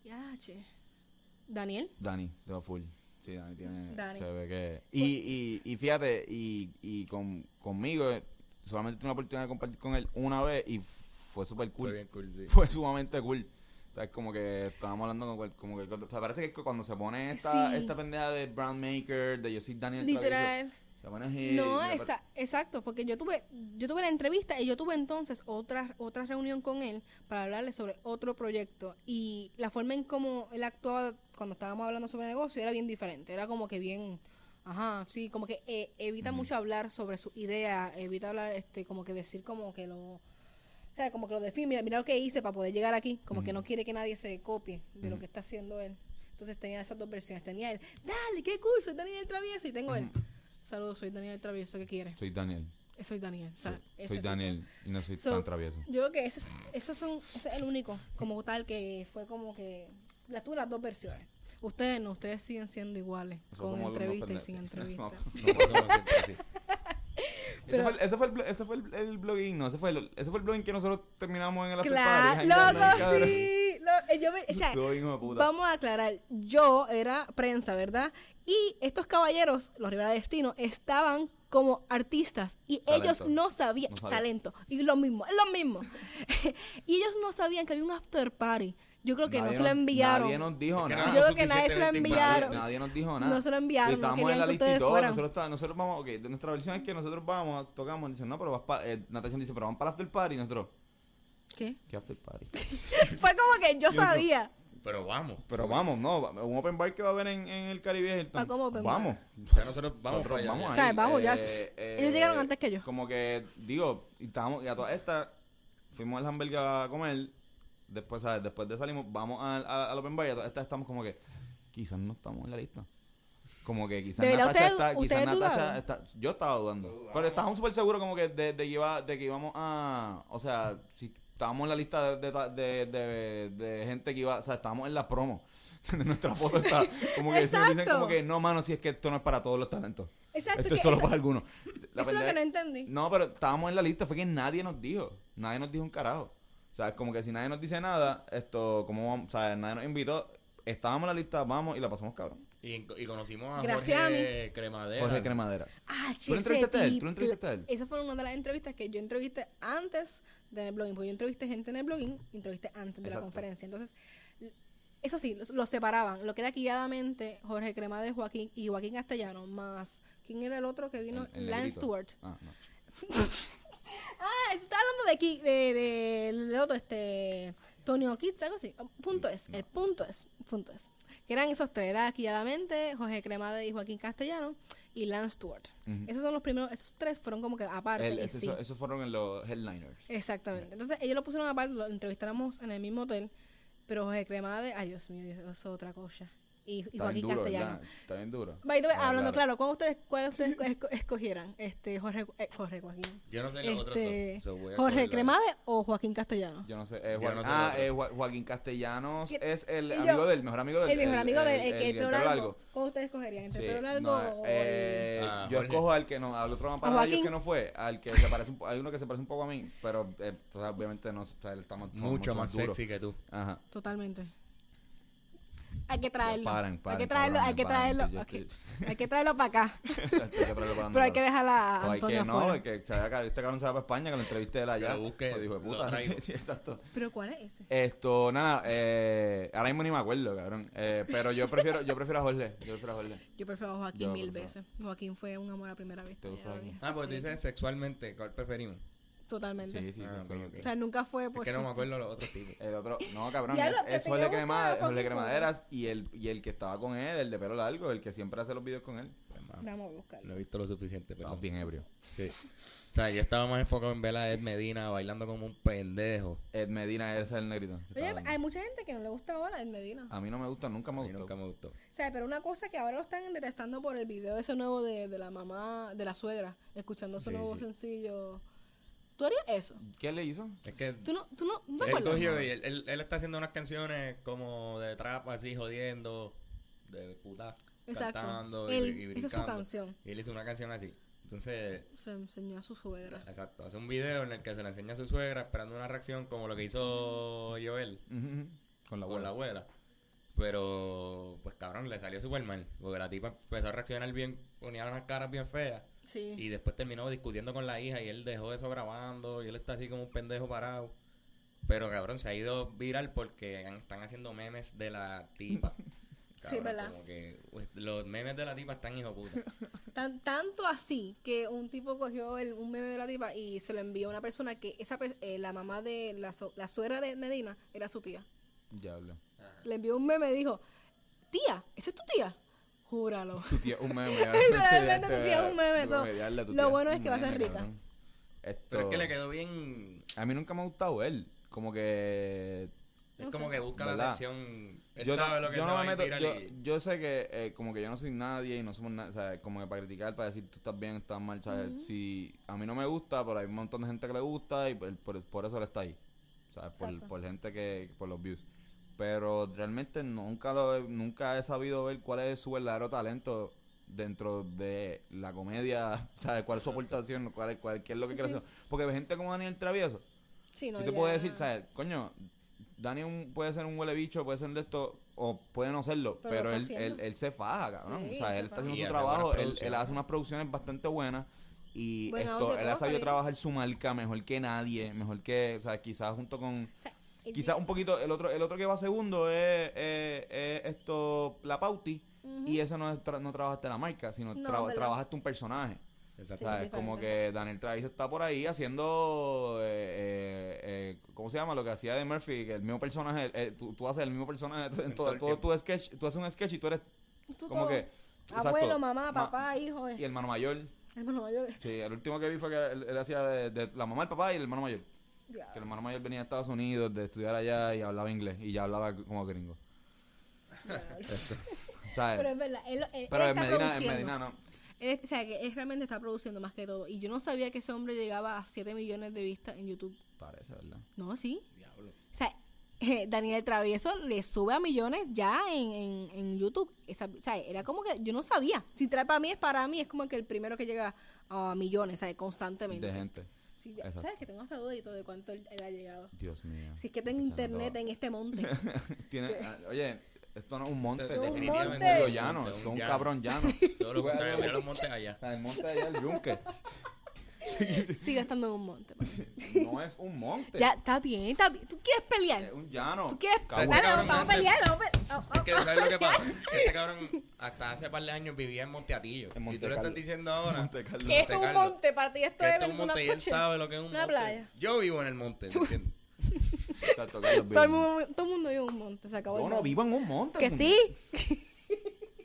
S3: Ya, che. Daniel.
S2: Dani, de los full. Sí, Dani tiene.
S3: Dani. Pues
S2: Se ve que. Y, y, y fíjate, y, y con, conmigo, eh, solamente tuve la oportunidad de compartir con él una vez y fue súper cool.
S1: Fue bien cool, sí.
S2: Fue sumamente cool. O sea, es como que estábamos hablando con cual- como que cuando- o sea, parece que es que cuando se pone esta,
S3: Sí.
S2: esta pendeja de brand maker, de yo soy Daniel Travieso,
S3: Literal.
S2: se pone así,
S3: No,
S2: y le
S3: esa- exacto, porque yo tuve, yo tuve la entrevista y yo tuve entonces otra, otra reunión con él para hablarle sobre otro proyecto. Y la forma en cómo él actuaba cuando estábamos hablando sobre negocio era bien diferente. Era como que bien, ajá, sí, como que eh, evita mucho hablar sobre su idea, evita hablar, este, como que decir como que lo... O sea, como que lo define, mira, mira lo que hice para poder llegar aquí. Como que no quiere que nadie se copie de lo que está haciendo él. Entonces tenía esas dos versiones. Tenía él, dale, qué curso, soy Daniel el Travieso. Y tengo él, saludos, soy Daniel el Travieso, ¿qué quieres?
S2: Soy Daniel.
S3: Eh, Soy Daniel. o sea, ese
S2: Soy
S3: tipo.
S2: Daniel y no soy
S3: So,
S2: tan travieso.
S3: Yo creo que ese, es- esos son, ese es el único, como tal, que fue como que. La tuve las dos versiones. Ustedes no, ustedes siguen siendo iguales.
S2: Nosotros
S3: Con
S2: somos los más
S3: entrevista y
S2: pendejos.
S3: sin entrevista.
S1: No, no, no, siempre así.
S2: Ese fue, el- ese fue, el, blo- ese fue el, el blogging, no, ese fue el, ese fue el blogging que nosotros terminamos en el after
S3: Claro,
S2: party, jangueando ahí,
S3: loco,
S2: cabrón.
S3: sí. lo- eh, yo me- o sea,
S2: Estuvo bien, hijo de puta.
S3: vamos a aclarar. Yo era prensa, ¿verdad? Y estos caballeros, los Rivera Destino, estaban como artistas y
S2: Talento.
S3: ellos no sabían
S2: No sabían.
S3: talento y lo mismo, es lo mismo. y ellos no sabían que había un after party. Yo creo que
S2: Nadie
S3: no se lo
S2: nos-
S3: enviaron.
S2: Nadie nos dijo
S1: Es que
S2: nada.
S1: no
S3: Yo
S1: era
S3: creo que nadie se lo
S1: suficientemente
S3: enviaron.
S2: Nadie, nadie nos dijo nada.
S3: No se lo enviaron,
S2: Y
S3: no
S2: estábamos en
S3: querían
S2: la
S3: que
S2: lista y
S3: ustedes
S2: todo.
S3: fueran.
S2: Nosotros, estábamos- nosotros vamos, ok, de- nuestra versión es que nosotros vamos, tocamos, dicen, no, pero vas para. Eh, Natasha dice, pero vamos para el after party. Y nosotros,
S3: ¿Qué?
S2: ¿qué after party?
S3: Fue como que yo sabía.
S1: Pero vamos.
S2: pero vamos, no, va- un open bar que va a haber en, en el Caribe. Hilton.
S3: Ah, ¿cómo open bar?
S2: vamos.
S1: Ya nosotros vamos para
S2: Nosotros
S1: allá,
S2: vamos
S1: ya.
S3: O sea,
S2: ahí,
S3: vamos, ya. Ellos llegaron
S2: eh,
S3: antes que yo.
S2: Como que, digo, y estábamos, y a todas estas, fuimos al hamburger a comer. Después, ¿sabes? Después de salimos, vamos al, al, al Open Bar y a todas estas estamos como que, quizás no estamos en la lista. Como que quizás
S3: ¿De verdad
S2: Natacha
S3: ustedes-
S2: está, quizás
S3: ustedes
S2: Natacha
S3: dudaron?
S2: está, yo estaba dudando. Pero estábamos súper seguros como que de, de que iba, de que íbamos a, o sea, si estábamos en la lista de, ta- de, de, de gente que iba, o sea, estábamos en la promo. Nuestra foto está, como que si nos dicen
S3: Exacto.
S2: como que, no, mano, si es que esto no es para todos los talentos.
S3: Exacto,
S2: Esto es
S3: que
S2: solo
S3: esa-
S2: para algunos. La
S3: eso es lo
S2: pendeja-
S3: que no entendí.
S2: No, pero estábamos en la lista, fue que nadie nos dijo. Nadie nos dijo un carajo. O sea, es como que si nadie nos dice nada, esto, como vamos, o sea, nadie nos invitó, estábamos en la lista, vamos y la pasamos cabrón.
S1: Y, y conocimos a
S3: Gracias a
S1: Jorge Cremadera.
S2: Jorge Cremaderas.
S3: Ah,
S2: ¿Tú lo entrevistaste a él? ¿Tú lo entrevistaste a él?
S3: Esa fue una de las entrevistas que yo entrevisté antes del blogging, porque yo entrevisté gente en el blogging, entrevisté antes de la
S2: Exacto.
S3: conferencia. Entonces, l- Eso sí, los, los separaban. Lo que era guiadamente Jorge Cremades Joaquín y Joaquín Castellano, más. ¿Quién era el otro que vino?
S2: El- el
S3: Lance
S2: negrito.
S3: Stewart.
S2: Ah, no.
S3: Ah, está hablando de aquí, de, de- del otro, este, Tonio Kitts, algo así. Punto es, el punto es, punto es. Que eran esos tres, era Quilladamente, Jorge Cremade y Joaquín Castellano y Lance Stewart. Esos son los primeros, esos tres fueron como que aparte.
S2: El-
S3: y
S2: ese-
S3: sí. Eh,
S2: eso- Esos fueron en los headliners.
S3: Exactamente. Entonces ellos lo pusieron aparte, lo entrevistáramos en el mismo hotel, pero Jorge Cremade, ay Dios mío, eso es otra cosa. Y, y
S2: Está bien
S3: Joaquín
S2: duro,
S3: Castellano.
S2: ¿verdad? Está bien duro.
S3: By the way,
S2: Ah,
S3: hablando claro, ¿cuál ustedes, cuál ustedes esco- escogieran? Este, Jorge, eh, Jorge Joaquín.
S1: Yo no sé los otros
S3: Este,
S1: dos. so voy a
S3: Jorge
S1: cogerlo.
S3: Cremade o Joaquín Castellano.
S2: Yo no sé. eh,
S1: Yo
S2: Joaquín-
S1: no sé
S2: ah,
S1: el otro.
S2: eh, Jo- Joaquín Castellanos
S3: Y-
S2: es el
S3: y yo-
S2: amigo del mejor amigo eh, del
S3: el mejor amigo del
S2: el-
S3: el que
S2: el
S3: el pelo
S2: pelo
S3: largo. ¿Cómo ustedes escogerían? ¿El
S2: Sí,
S3: pelo largo
S2: no,
S3: o- o el-
S2: eh,
S1: Ah,
S2: yo
S1: Jorge.
S2: escojo al que no, al otro
S3: A
S2: para ellos
S3: Joaquín.
S2: que no fue, al que se parece un po- hay uno que se parece un poco a mí, pero eh, o sea, obviamente no, o sea, él está más-
S1: Mucho más
S2: duro.
S1: sexy que tú.
S2: Ajá.
S3: Totalmente. Hay que traerlo.
S2: Paren, paren,
S3: hay que traerlo,
S2: cabrones,
S3: hay que
S2: paren,
S3: traerlo.
S2: que yo
S3: ok. Hay que traerlo para acá.
S2: Exacto, hay que traerlo para
S3: Pero hay
S2: nosotros.
S3: que dejar a
S2: O hay
S3: Antonio
S2: que no,
S3: afuera.
S2: hay que se haga- este cabrón se va para España que lo entreviste él allá.
S1: lo busque,
S2: Pues, hijo de
S1: lo
S2: puta.
S1: traigo.
S2: Sí, exacto.
S3: Pero ¿cuál es ese?
S2: Esto, nada, eh, ahora mismo ni me acuerdo, cabrón. Eh, pero yo prefiero, yo prefiero a Jorge. Yo prefiero a Jorge.
S3: Yo prefiero a Joaquín
S2: Yo
S3: mil
S2: prefiero.
S3: veces. Joaquín fue un amor a primera vista.
S2: ¿Te
S3: ya
S2: gusta
S3: lo
S2: Joaquín?
S3: dije.
S1: Ah, porque tú
S3: Sí,
S1: dices sexualmente, ¿cuál preferimos?
S3: Totalmente.
S2: Sí, sí, sí.
S1: Ah, ok,
S2: son-
S1: ok.
S3: O sea, nunca fue
S1: Es
S3: por.
S1: que no me acuerdo los otros tipos.
S2: El otro, no, cabrón,
S3: Ya
S2: es,
S3: lo- te
S2: es Jorge
S3: tenía
S2: Cremades,
S3: buscado,
S2: Jorge
S3: fucking
S2: Cremaderas y el, y el que estaba con él, el de pelo largo, el que siempre hace los videos con él.
S1: Hermano,
S3: Vamos a buscarlo.
S1: No he visto lo suficiente, pero.
S2: Estamos bien ebrio.
S1: Sí. O sea, yo estaba más enfocado en ver a Ed Medina bailando como un pendejo.
S2: Ed Medina, ese es el negrito. que
S3: Oye,
S2: estaba hablando.
S3: hay mucha gente que no le gusta ahora el Medina.
S2: a mí no me gusta, nunca me
S1: A mí
S2: gustó.
S1: nunca me gustó.
S3: O sea, pero una cosa que ahora lo están detestando por el video ese nuevo de, de la mamá, de la suegra, escuchando su
S1: Sí,
S3: nuevo
S1: sí.
S3: sencillo. ¿Tú harías eso?
S2: ¿Qué le hizo?
S1: Es que
S3: ¿Tú no, tú no, no te
S1: él
S3: acuerdas?
S1: cogió y él, él- él está haciendo unas canciones como de trap así jodiendo, de puta,
S3: Exacto.
S1: cantando y-
S3: Él-
S1: y,
S3: esa
S1: brincando.
S3: es su canción.
S1: Y él hizo una canción así. Entonces,
S3: Se enseñó a su suegra.
S1: exacto, hace un video en el que se le enseña a su suegra esperando una reacción como lo que hizo Joel
S2: Ujú, Con la
S1: con la
S2: abuela.
S1: abuela. Pero, pues cabrón, le salió súper mal. Porque la tipa empezó a reaccionar bien, ponía unas caras bien feas.
S3: Sí.
S1: Y después terminó discutiendo con la hija y él dejó eso grabando y él está así como un pendejo parado. Pero cabrón, se ha ido viral porque han- están haciendo memes de la tipa. Cabrón,
S3: ¿verdad?
S1: Como que pues, los memes de la tipa están hijo puta.
S3: Tan- tanto así que un tipo cogió el, un meme de la tipa y se lo envió a una persona que esa per- eh, la mamá de la, so- la suegra de Medina era su tía.
S2: Diablo.
S3: Le envió un meme y dijo, tía, ¿esa es tu tía? Júralo.
S2: Tu tía es un meme. este,
S3: Literalmente tu tía es un meme, eso.
S2: Diablo, tu
S3: Lo
S2: tía
S3: bueno es
S2: un
S3: que va a ser
S2: meme,
S3: rica.
S2: cabrón. Esto,
S1: Pero es que le quedó bien.
S2: A mí nunca me ha gustado él. Como que
S1: Es
S3: No
S1: como
S3: sé.
S1: que busca la
S2: ¿Verdad?
S1: atención. Él sabe lo que
S2: yo
S1: se
S2: no
S1: va
S2: me
S1: a ir
S2: meto-
S1: viral
S2: yo,
S1: y-
S2: yo sé que eh, como que yo no soy nadie y no somos nadie, o sea, como que para criticar, para decir tú estás bien, estás mal, ¿sabes? Si a mí no me gusta, pero hay un montón de gente que le gusta y por, por- por eso él está ahí, ¿sabes? Por,
S3: Exacto.
S2: por gente que, por los views. Pero realmente nunca lo he- nunca he sabido ver cuál es su verdadero talento dentro de la comedia, ¿sabes? ¿Cuál es su aportación? ¿Cuál, es- cuál, ¿Qué es lo que quiere hacer? Porque gente como Daniel Travieso,
S3: Sí, no,
S2: yo te
S3: ya-
S2: puedo decir, ¿sabes? Coño, Dani un- puede ser un huele bicho, puede ser de esto, o puede no serlo, pero,
S3: Pero lo está
S2: él,
S3: haciendo.
S2: él, él se faja, cabrón.
S3: Sí,
S2: o sea,
S3: él
S2: él
S3: se
S2: está haciendo
S3: faja.
S1: Y
S2: su
S1: hace
S2: trabajo,
S1: buenas
S2: él, él
S1: producciones.
S2: hace unas producciones bastante buenas. Y
S3: Buen audio,
S2: esto, él
S3: todo,
S2: ha sabido
S3: Javier.
S2: trabajar su marca mejor que nadie, mejor que, o sea, quizás junto con.
S3: O sea, el-
S2: Quizás un poquito, el otro, el otro que va segundo es, es- es esto, la Pauti. Y eso no, es tra- no trabajaste la marca, sino
S3: No,
S2: tra-
S3: ¿verdad?
S2: trabajaste un personaje.
S1: Exacto.
S2: ¿Sabes?
S3: es
S2: Como
S3: diferente.
S2: que Daniel Travis está por ahí haciendo. eh, eh, eh, ¿Cómo se llama? Lo que hacía de Murphy, que el mismo personaje. eh, tú, tú haces el mismo personaje en
S1: En
S2: todo,
S1: todo el
S2: todo
S1: tiempo.
S2: tu sketch. Tú haces un sketch y tú eres.
S3: tú
S2: como
S3: todo.
S2: que. exacto,
S3: Abuelo, mamá,
S2: ma-
S3: papá, hijo. eh,
S2: Y hermano mayor.
S3: Hermano mayor. eh,
S2: Sí, el último que vi fue que él, él hacía de, de la mamá, el papá y el hermano mayor.
S3: Ya.
S2: Que el hermano mayor venía de Estados Unidos de estudiar allá y hablaba inglés. Y ya hablaba como gringo. Este, ¿Sabes?
S3: Pero es verdad, él, él-
S2: Pero
S3: él
S2: en Medina,
S3: está
S2: en
S3: produciendo.
S2: Medina no.
S3: Él, es- o sea, que él realmente está produciendo más que todo. Y yo no sabía que ese hombre llegaba a 7 millones de vistas en YouTube.
S2: Parece, ¿verdad?
S3: No, sí.
S1: Diablo.
S3: O sea, eh, Daniel Travieso le sube a millones ya en, en, en YouTube. Esa- o sea, era como que yo no sabía. Si trae para mí es para mí, es como que el primero que llega a millones, ¿sabes? Constantemente.
S2: De gente.
S3: Sí,
S2: Exacto.
S3: ¿Sabes? Que tengo hasta duda y todo de cuánto él, él ha llegado.
S2: Dios mío.
S3: Si es que tengo
S2: Escuchando
S3: internet
S2: todo.
S3: en este monte.
S2: Tiene- ah, oye, esto no es un monte,
S1: Esto
S3: es un
S2: definitivamente
S3: monte.
S2: es un llano, esto es un
S1: llano.
S2: cabrón llano.
S1: Todo lo contrario, mira los montes allá.
S2: O sea, El monte allá, el yunque.
S3: Sigue estando en un monte. papi.
S2: No es un monte.
S3: Ya, está bien, está bien. ¿Tú quieres
S2: Es
S3: pelear?
S2: un llano.
S3: ¿Tú quieres
S1: Cabrón.
S3: Dale, vamos,
S1: Cabrón,
S3: vamos a
S1: monte.
S3: pelear? Ah, vamos a pe- vamos-
S1: Es
S3: vamos-
S1: que, ¿sabes lo que pasa? Este cabrón hasta hace par de años vivía en Monteatillo. y
S2: En
S1: tú le
S2: Monte Carlo.
S1: estás diciendo ahora
S2: Monte Carlo.
S3: Que esto es un
S1: Monte Carlo.
S3: monte, para ti esto
S1: que
S3: es
S1: esto es un
S3: una
S1: monte y él
S3: fucking-
S1: sabe lo que es un
S3: una
S1: monte.
S3: playa.
S1: Yo vivo en el monte, ¿me entiendes?
S2: Exacto, Carlos
S3: Todo
S2: Vives.
S3: el mundo, todo el mundo vive en un monte, se acabó.
S4: Yo
S3: el
S4: no
S3: mundo.
S4: vivo en un monte.
S3: Que
S2: este
S4: mundo.
S3: sí.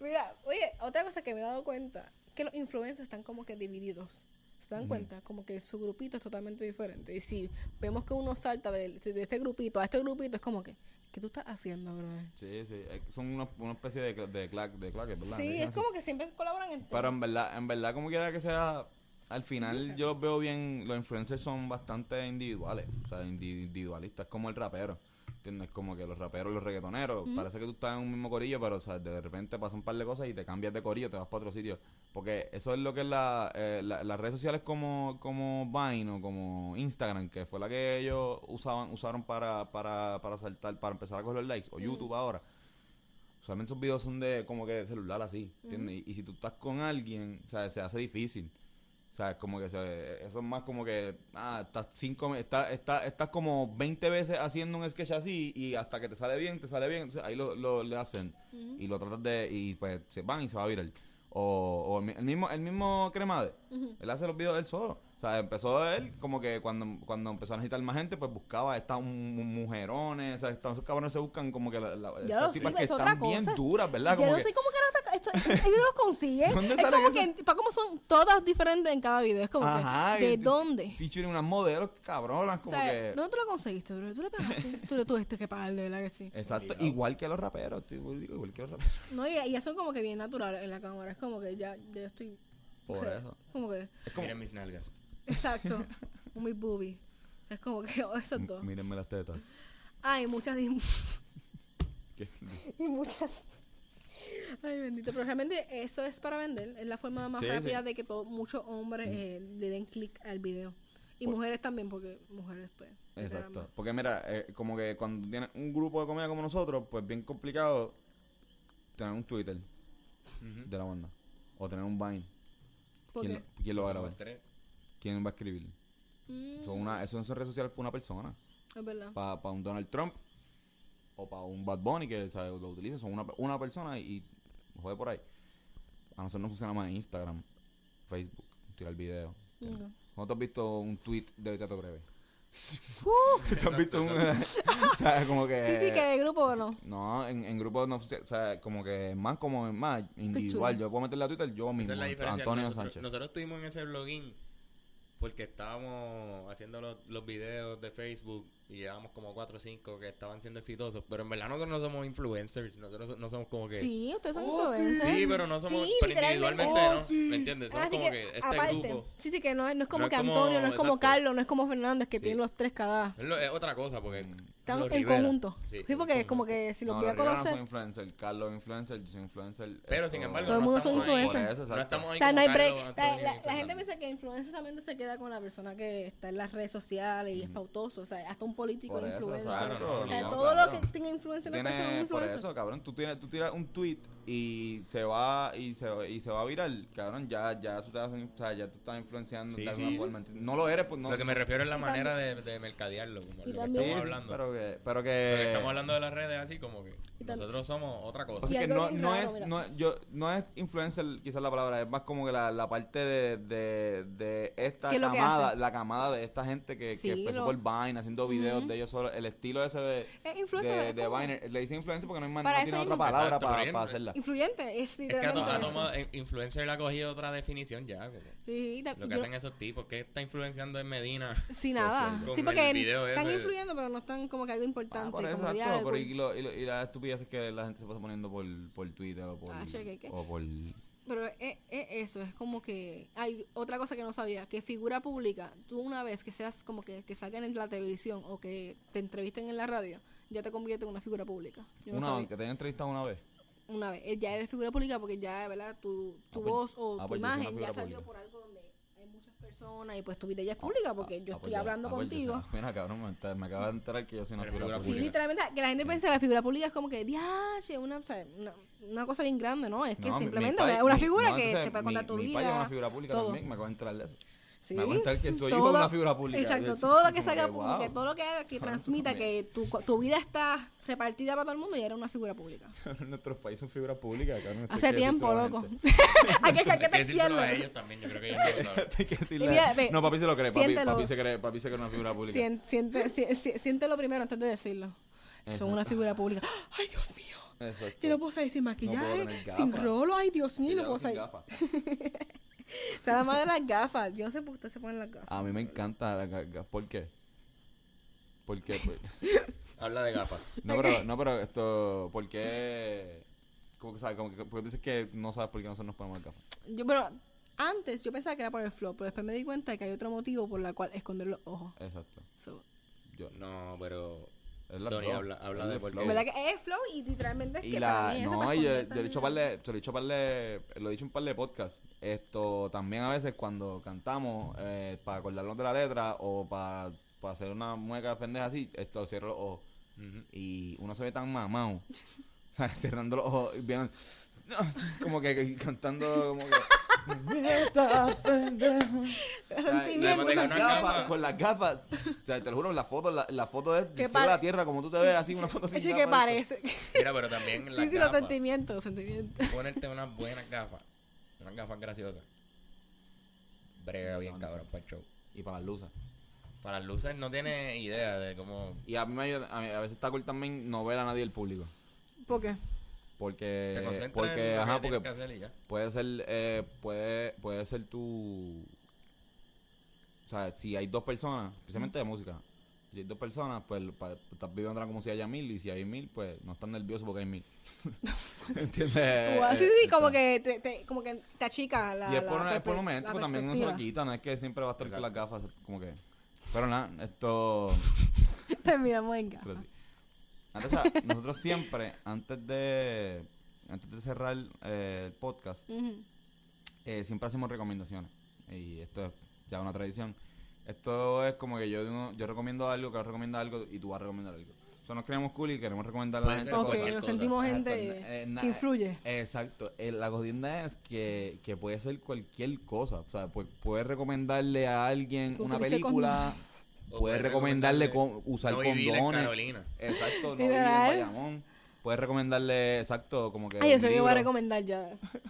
S3: Mira, oye, otra cosa que me he dado cuenta, que los influencers están como que divididos. ¿Se dan cuenta? Como que su grupito es totalmente diferente. Y si vemos que uno salta del- de, este grupito a este grupito, es como que, ¿qué tú estás haciendo, bro?
S2: Sí, sí. eh, Son una, una especie de, cla- de, clac- de claques, ¿verdad?
S3: Sí,
S2: Sí,
S3: es
S2: así.
S3: como que siempre colaboran entre
S2: Pero en verdad, en verdad, como quiera que sea, al final yo los veo bien, los influencers son bastante individuales, o sea, indi- individualistas, como el rapero. ¿Entiendes? Como que los raperos, los reggaetoneros, parece que tú estás en un mismo corillo, pero o sea, de repente pasan un par de cosas y te cambias de corillo, te vas para otro sitio. Porque eso es lo que es la, eh, la- las redes sociales como, como Vine o como Instagram, que fue la que ellos usaban, usaron para, para, para saltar, para empezar a coger los likes, o YouTube ahora. Usualmente esos videos son de como que de celular así, ¿entiendes? Y, y si tú estás con alguien, o sea, se hace difícil. O sea, es como que se- eso es más como que, ah, estás cinco, me- está, está, estás como 20 veces haciendo un sketch así y hasta que te sale bien, te sale bien, entonces ahí lo, lo- le hacen y lo tratas de, y pues se van y se va a viral. O, o el mi- el mismo, el mismo Cremade, él hace los videos él solo. O sea, empezó él como que cuando, cuando empezó a necesitar más gente, pues buscaba estas un- un- mujerones, o sea, estos esos cabrones se buscan como que la, la-
S3: Ya
S2: estas
S3: lo sí,
S2: tipas que
S3: es otra
S2: están
S3: cosa.
S2: bien duras, ¿verdad?
S3: Yo
S2: Como
S3: no
S2: que-
S3: sé cómo carajo esto- esto- ellos los consiguen.
S2: ¿Dónde
S3: es
S2: salen
S3: como
S2: esas?
S3: que, para cómo son todas diferentes en cada video. Es como
S2: Ajá,
S3: que, ¿de
S2: y-
S3: dónde?
S2: Featuring unas modelos cabronas,
S3: O
S2: como
S3: sea,
S2: que.
S3: ¿dónde tú lo conseguiste, bro? Tú le pagaste. tú le tuviste que pagar, de verdad que sí.
S2: Exacto, igual que los raperos, tío, digo, igual que los raperos.
S3: No, y ya son como que bien naturales en la cámara. Es como que ya, ya estoy.
S2: Por
S3: o sea,
S2: eso.
S3: Como que.
S1: Miren mis nalgas.
S3: Exacto. Muy booby. Es como que. oh, esas dos.
S2: M- Mírenme las tetas.
S3: Ay, muchas. Y,
S2: Que-
S3: y muchas. Ay, bendito. Pero realmente eso es para vender. Es la forma más
S2: Sí,
S3: rápida
S2: sí.
S3: de que todo- muchos hombres
S1: Mm.
S3: eh, le den clic al video. Y
S2: Por-
S3: mujeres también, porque mujeres, pues. esperan
S2: Exacto.
S3: más.
S2: Porque mira, eh, como que cuando tienes un grupo de comedia como nosotros, pues bien complicado tener un Twitter de la banda. O tener un Vine.
S3: ¿Por
S2: ¿Quién,
S3: qué?
S2: lo- quién lo va a grabar?
S1: Somos tres.
S2: ¿Quién va a escribir?
S3: Mm,
S2: Son una, eso no son redes sociales para una persona.
S3: es verdad.
S2: Para un Donald Trump o para un Bad Bunny que ¿sabes? lo utiliza, son una, una persona y jode por ahí. A nosotros no funciona más Instagram, Facebook, tirar video. ¿entiendes?
S3: Ok.
S2: ¿Cuándo tú has visto un tweet de Teatro Breve?
S3: Uh,
S2: ¿Tú has visto un... o sea, como que...
S1: Eh,
S3: sí, sí, que de grupo o no.
S2: No, en, en grupos no funciona, o sea, como que más como más individual. Yo puedo meterle a Twitter yo mismo,
S1: Esa es la diferencia.
S2: Antonio
S1: nosotros,
S2: Sánchez.
S1: nosotros estuvimos en ese blogging porque estábamos haciendo los, los videos de Facebook y llevábamos como 4 o 5 que estaban siendo exitosos. Pero en verdad nosotros no somos influencers. Nosotros so- no somos como que...
S3: Sí, ustedes son
S2: Oh, sí.
S3: influencers.
S1: Sí, pero no somos...
S3: Sí,
S1: pero
S3: literalmente.
S1: individualmente
S2: Oh,
S1: no.
S2: sí.
S1: ¿Me entiendes? Somos
S3: Así
S1: como
S3: que,
S1: que este
S3: aparte,
S1: grupo...
S3: sí, sí, que no, es- no es como
S1: No es
S3: que
S1: como-
S3: Antonio, no es como
S1: exacto.
S3: Carlos, no es como Fernández, que
S1: Sí.
S3: tienen los tres cagadas.
S1: Es, lo- es otra cosa porque...
S3: Están
S1: los
S3: en
S1: Rivera.
S3: conjunto. Sí,
S1: en
S3: porque es como
S1: conjunto.
S3: que si los
S2: no,
S3: voy a
S2: los Rivera no
S3: conocer.
S2: son influencer, Carlos es influencer, yo soy influencer.
S1: Pero
S2: esto-
S1: sin embargo...
S3: Todo el mundo
S1: no
S3: son
S1: estamos ahí.
S3: influencers.
S2: Por
S1: No
S2: eso, exacto.
S1: estamos
S3: O
S1: ahí
S3: sea,
S1: como
S3: no hay break.
S1: Carlos,
S3: La,
S1: Antonio
S3: la-
S1: y
S3: la gente
S1: Fernández.
S3: piensa que influencer solamente se queda con la persona que está en las redes sociales y es pautoso. O sea, hasta un político
S2: Por
S3: es
S2: eso,
S3: influencer.
S2: exacto,
S1: no, no,
S3: o sea,
S2: obligado,
S3: todo
S2: claro.
S3: lo que tenga influencia en la
S2: Tiene-
S3: persona es un
S2: por
S3: influencer.
S2: eso, cabrón, tú, tienes, tú tiras un tweet y se va y se, y se va a viral, cabrón, ya, ya, tú, estás, o sea, ya tú estás influenciando
S1: Sí,
S2: de alguna
S1: sí.
S2: forma. ¿entiendes? No lo eres, pues no.
S1: Lo que me refiero es la
S3: Y
S1: manera de, de mercadearlo, como
S3: Y
S1: lo que
S3: también-
S1: estamos
S2: Sí,
S1: hablando.
S2: Pero que, pero que,
S1: Porque estamos hablando de las redes así como que
S3: Y tam-
S1: nosotros somos otra cosa.
S2: o sea
S3: Y
S2: que
S3: algo
S2: no,
S3: bien
S2: no
S3: raro,
S2: es,
S3: mira.
S2: no, yo, no es influencer quizás la palabra, es más como que la, la parte de, de, de esta
S3: ¿Qué es lo que
S2: camada,
S3: hacen?
S2: la camada de esta gente que,
S3: Sí,
S2: que empezó
S3: lo-
S2: por Vine haciendo videos de ellos solos, el estilo ese de,
S3: Es influencer,
S2: de,
S3: es
S2: de
S3: como-
S2: Vine, le dicen influencer porque no, hay man-
S3: Para
S2: no
S3: eso
S2: tiene
S3: hay
S2: otra
S3: influencer.
S2: palabra
S1: Exacto,
S2: para,
S1: pero
S2: para
S1: ellos-
S2: hacerla.
S3: Influyente, es
S1: es que ha, to-
S3: literalmente
S1: ha
S3: eso.
S1: tomado, en- influencer ha cogido otra definición ya. como
S3: Sí, da-
S1: lo que
S3: yo-
S1: hacen esos tipos, que está influenciando en Medina?
S3: Sí, nada.
S1: con
S3: Sí,
S1: el
S3: porque
S1: video
S3: están
S1: ese.
S3: influyendo, pero no están como que algo
S2: Ah,
S3: importante.
S2: por eso,
S3: como
S2: exacto,
S3: diálogo.
S2: pero y, lo- y lo- y las estupideces que la gente se pasa poniendo por, por Twitter o por,
S3: Ah, cheque, ¿qué?
S2: o por...
S3: Pero es, es eso, es como que hay otra cosa que no sabía, que figura pública, tú una vez que seas como que, que salgan en la televisión o que te entrevisten en la radio, ya te conviertes en una figura pública. Yo no
S2: Una,
S3: sabía.
S2: que te hayan entrevistado una vez.
S3: Una vez, eh, ya eres figura pública porque ya, ¿verdad? Tu, tu
S2: Ah, pues-
S3: voz o
S2: ah,
S3: tu
S2: pues yo soy una
S3: imagen ya
S2: figura
S3: salió
S2: pública.
S3: por algo donde hay muchas persona y pues tu vida ya es pública porque yo
S2: Ah, pues
S3: estoy
S2: ya,
S3: hablando
S2: ah, pues yo soy
S3: contigo.
S2: una- Mira, cabrón, me, está- me acaba de enterar que yo soy una
S1: Pero
S2: figura
S1: figura
S3: Sí,
S1: pública.
S2: pública.
S3: literalmente, que la gente piensa que la figura pública es como que, diache, una, o sea, una, una cosa bien grande, ¿no? Es que
S2: No, mi- mi
S3: simplemente
S2: pai-
S3: es una
S2: mi-
S3: figura
S2: no,
S3: que
S2: entonces,
S3: te puede contar
S2: mi-
S3: tu
S2: Mi
S3: vida.
S2: padre es una figura pública
S3: todo.
S2: también, me acabo de enterar de eso.
S3: Sí,
S2: Me aguanta el que soy hijo de
S3: todo-
S2: una figura pública.
S3: Exacto,
S2: Es
S3: todo lo que
S2: como
S3: salga,
S2: que,
S3: como que
S2: wow.
S3: todo lo que haga, que
S2: Cabrón,
S3: transmita que
S2: también.
S3: tu, tu vida está repartida para todo el mundo y era una figura pública.
S2: En nuestros países son figuras públicas, cabrón. esto hay
S3: Hace
S2: que decírselo
S3: tiempo,
S2: a la
S3: loco.
S2: gente.
S3: hay que, hay que
S1: Hay que decírselo
S3: textearlo.
S1: a ellos también, yo creo que ellos no lo saben.
S2: Esto hay que decirle-
S3: Y mira, ve,
S2: no, papi se lo cree, papi,
S3: siéntelo.
S2: papi se cree, papi se cree una figura pública.
S3: Sien- siente- si- si- siéntelo primero antes de decirlo.
S2: Exacto.
S3: Son una figura pública. ¡Ay, Dios mío!
S2: Exacto.
S3: Yo no puedo salir sin
S2: puedo
S3: maquillaje,
S2: tener gafas.
S3: sin rolo. ¡Ay, Dios mío!
S2: Y
S3: No
S2: ya
S3: puedo
S2: sin
S3: salir.
S2: gafas.
S3: Se la madre de las gafas. Yo no sé por qué usted se pone las gafas.
S2: A mí me encanta la gaga. ¿Por qué? ¿Por qué? Pues?
S1: Habla de gafas.
S2: No, pero, no, pero esto, ¿por qué? ¿Cómo que sabes? Como que, porque tú dices que no sabes por qué nosotros nos ponemos gafas.
S3: Yo, pero antes yo pensaba que era por el flow, pero después me di cuenta que hay otro motivo por la cual esconder los ojos.
S2: Exacto.
S3: So,
S2: Yo,
S1: No, pero.
S2: es la
S1: Tony,
S2: flow,
S1: habla- habla
S2: es
S1: de
S2: el
S1: por qué.
S2: flow.
S3: ¿Verdad que es flow? Y literalmente es
S2: Y
S3: que para
S2: la,
S3: mí eso
S2: no,
S3: para
S2: y yo,
S3: esconder
S2: yo le he dicho
S3: también.
S2: parle, yo le he dicho parle, lo he dicho en par de podcasts. Esto también a veces cuando cantamos, eh, para acordarnos de la letra o para, para hacer una mueca pendeja así, esto cierro los ojos.
S1: Ujú.
S2: y uno se ve tan mamado. O sea, cerrando los ojos y bien, como que cantando como que "Neta, pendejo". O sea, y
S3: Sentimiento.
S2: con las
S1: Una
S2: gafas,
S1: capa.
S2: con las gafas. O sea, te lo juro, la foto, la, la foto es
S3: Que
S2: del cielo a
S3: pare-
S2: la tierra, como tú te ves así, una foto sin
S3: Eso es
S2: gafas,
S3: que
S2: esto.
S3: parece.
S1: Mira, pero también las
S3: Sí, sí, los
S1: gafas.
S3: sentimientos, los sentimientos.
S1: Ponerte unas buenas gafas. Unas gafas graciosas. Brega bien, cabrón, para el show.
S2: Y para las luces.
S1: Para las luces no tiene idea de cómo.
S2: Y a mí me ayuda, a, mí- a veces está cool también no ver a nadie del público.
S3: ¿Por qué?
S2: Eh, Porque,
S1: Te concentras
S2: Eh, porque,
S1: en lo
S2: ajá,
S1: que tienes que
S2: porque
S1: hacer y ya.
S2: Puede ser, eh, puede, puede ser tu... O sea, si hay dos personas, especialmente de música, si hay dos personas, pues pa- estás viviendo como si haya mil, y si hay mil, pues no estás nervioso porque hay mil. ¿Entiendes?
S3: Guau, ah, sí,
S2: Eh,
S3: sí, como
S2: está.
S3: que te, te- como que te achica la.
S2: Y es por,
S3: la
S2: una- es por
S3: perspe-
S2: un momento,
S3: la
S2: pues también uno se lo
S3: perspectiva.
S2: quita, no es que siempre va a estar con las
S1: Exacto.
S2: gafas, como que... Pero nada, esto...
S3: Terminamos en
S2: Pero
S3: gafas.
S2: sí. Antes, o sea, nosotros siempre, antes de, antes de cerrar eh, el podcast,
S3: Ujú.
S2: eh, siempre hacemos recomendaciones. Y esto es ya una tradición. Esto es como que yo, digo- yo recomiendo algo, que recomienda algo y tú vas a recomendar algo. Eso nos creemos cool y queremos recomendar a la
S1: Puede
S2: gente
S1: ser
S3: Ok,
S2: cosas.
S1: cualquier
S3: nos
S1: cosa.
S3: sentimos
S2: Exacto,
S3: gente
S2: eh, na-
S3: que influye.
S2: Exacto. Eh, la jodienda es que, que puede ser cualquier cosa. O sea, pu- puedes recomendarle a alguien
S3: Que
S2: una
S3: utilice
S2: película.
S1: O
S2: Puedes recomendarle con- usar
S1: no vivir en
S2: condones.
S1: Carolina.
S2: Exacto, no vivir en
S3: Literal.
S2: Bayamón. Puedes recomendarle, exacto, como que.
S3: Ay,
S2: un
S3: eso yo voy a
S2: libro.
S3: recomendar ya.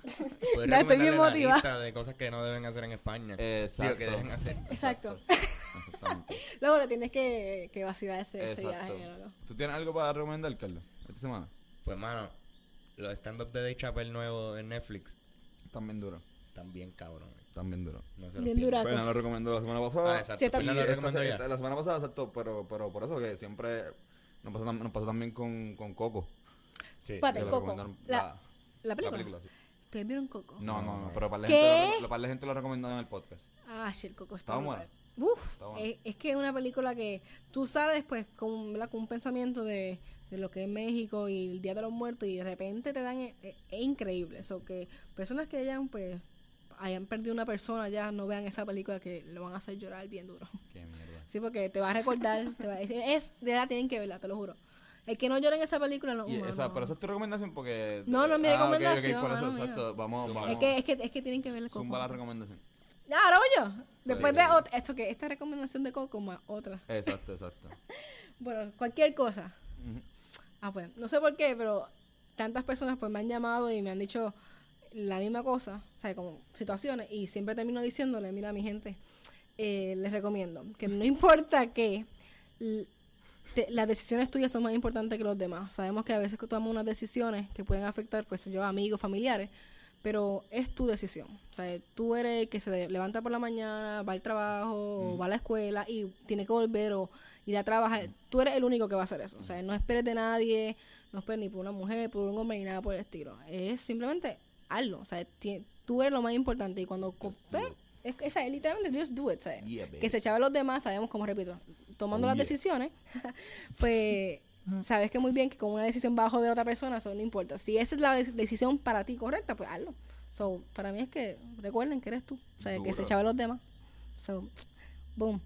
S1: Puedes
S3: Ya estoy
S1: recomendarle
S3: bien
S1: la
S3: motivada.
S1: lista de cosas que no deben hacer en España.
S2: Exacto.
S1: Digo, que deben hacer.
S3: Exacto.
S2: Exactamente.
S3: Luego te tienes que, que vacilar ese, ese
S2: Exacto.
S3: viaje. loco.
S2: ¿Tú tienes algo para recomendar, Carlos? Esta semana.
S1: Pues, mano, los stand-up de Dave Chappelle nuevo en Netflix
S2: También duro.
S1: están bien cabrones.
S2: También duro.
S1: No se los
S3: Bien
S1: pierdan.
S3: duratos.
S2: Bueno, lo recomendó la semana pasada.
S1: Ah, exacto.
S3: Sí, está-
S2: Y
S1: Fernando lo
S2: esta-
S1: recomendó ya.
S2: esta- la semana pasada, exacto. Pero, pero por eso que siempre nos pasó, tam- nos pasó también con, con Coco.
S1: Sí.
S3: Espérate,
S2: que lo
S3: Coco.
S2: recomendaron-
S3: La, la película.
S2: sí.
S3: ¿Ustedes vieron Coco?
S2: No, no, no. Pero para la,
S3: ¿Qué?
S2: gente, lo, para la gente lo recomendó en el podcast.
S3: Ah, shit, Coco está
S2: Estaba
S3: brutal. Uf,
S2: Estaba buena.
S3: es, es que es una película que tú sabes, pues, con, ¿verdad? con un pensamiento de, de lo que es México y el Día de los Muertos, y de repente te dan. Es, es- es increíble. Eso que personas que hayan, pues, hayan perdido una persona ya no vean esa película que lo van a hacer llorar bien duro.
S2: Qué mierda.
S3: Sí, porque te va a recordar. te va a decir, es, de verdad tienen que verla, te lo juro. El que no llora en esa película no es
S2: Y
S3: humano.
S2: esa, pero esa es tu recomendación porque.
S3: Oh, No, no es mi
S2: Ah, ok, ok,
S3: recomendación,
S2: por eso,
S3: mano mía.
S2: exacto. Vamos, vamos.
S3: es, que, es, que, es que tienen que verla.
S2: Zumba la
S3: Coco.
S2: recomendación.
S3: Ya, ahora voy yo. Después
S2: Sí,
S3: de
S2: sí.
S3: ot- esto que esta recomendación de Coco más otra.
S2: Exacto, exacto.
S3: Bueno, cualquier cosa.
S2: Ujú.
S3: Ah, pues, no sé por qué, pero tantas personas pues me han llamado y me han dicho la misma cosa, o sea, como situaciones, y siempre termino diciéndole, mira, mi gente, eh, les recomiendo que no importa que las decisiones tuyas son más importantes que los demás. Sabemos que a veces que tomamos unas decisiones que pueden afectar, pues, yo, a amigos, familiares, pero es tu decisión. O sea, tú eres el que se levanta por la mañana, va al trabajo, o va a la escuela y tiene que volver o ir a trabajar. Tú eres el único que va a hacer eso. O sea, no esperes de nadie, no esperes ni por una mujer, por un hombre, ni nada por el estilo. Es simplemente hazlo. O sea, ti- tú eres lo más importante y cuando... co-
S2: do it.
S3: Es, es, es literalmente just do it, ¿sabes?
S2: Yeah,
S3: que
S2: baby.
S3: se echaba a los demás, sabemos, como repito, tomando
S2: Oh,
S3: las
S2: yeah. Ah.
S3: decisiones, pues sabes que muy bien que con una decisión bajo de la otra persona, eso no importa. Si esa es la de- decisión para ti correcta, pues hazlo. So, para mí es que recuerden que eres tú, o sea, que
S2: Duro.
S3: se echaba a los demás. So, boom.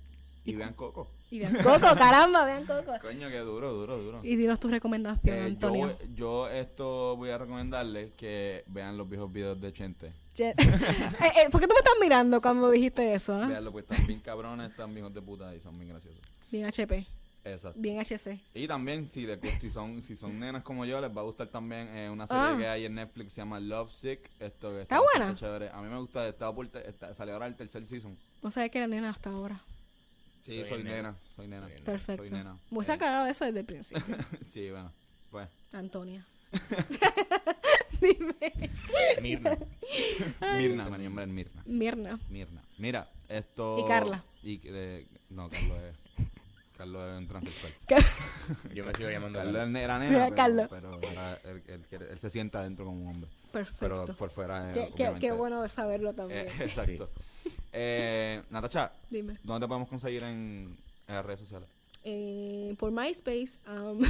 S2: Y vean Coco.
S3: Y vean Coco, caramba, vean Coco.
S2: Coño, que duro, duro, duro.
S3: Y dinos tu recomendación,
S2: Eh,
S3: Antonio.
S2: yo, yo esto voy a recomendarles que vean los viejos videos de Chente.
S3: Ye- Eh, eh, ¿Por qué tú me estás mirando cuando dijiste eso? ah?
S2: Veanlo, pues están bien cabrones, están bien hijos de puta y son bien graciosos.
S3: Bien HP,
S2: Exacto.
S3: bien HC.
S2: Y también, si, les gust- si, son, si son nenas como yo, les va a gustar también eh, una serie
S3: Ah.
S2: que hay en Netflix se llama Love Sick. Esto que
S3: ¿Está buena?
S2: bastante chévere. A mí me gusta, estaba por te- está- salió ahora el tercer season.
S3: No sabía que era nena hasta ahora.
S2: Sí,
S1: Estoy
S2: soy
S1: en
S2: nena.
S1: nena.
S2: soy nena.
S1: Estoy en
S3: Perfecto.
S2: Soy nena.
S3: Pues
S2: Eh,
S3: aclarado eso desde el principio.
S2: sí, bueno. Pues,
S3: Antonia. Dime.
S1: Mirna.
S2: Mirna, mi nombre es Mirna.
S3: Mirna.
S2: Mirna. Mira, esto.
S3: Y Carla.
S2: y, eh, no, Carlos es. Carlos es un transexual.
S1: Yo me sigo llamando.
S2: Carlos
S1: Carla.
S2: era
S3: Mira,
S2: nena.
S3: Carlos.
S2: Pero, pero ahora él, él quiere- él se sienta adentro como un hombre.
S3: Perfecto.
S2: Pero por fuera. eh,
S3: qué, qué- qué
S2: obviamente,
S3: bueno saberlo también.
S2: Eh, exacto. Eh, Natacha,
S3: Dime.
S2: ¿dónde te podemos conseguir en, en las redes sociales?
S3: Eh, por MySpace. um,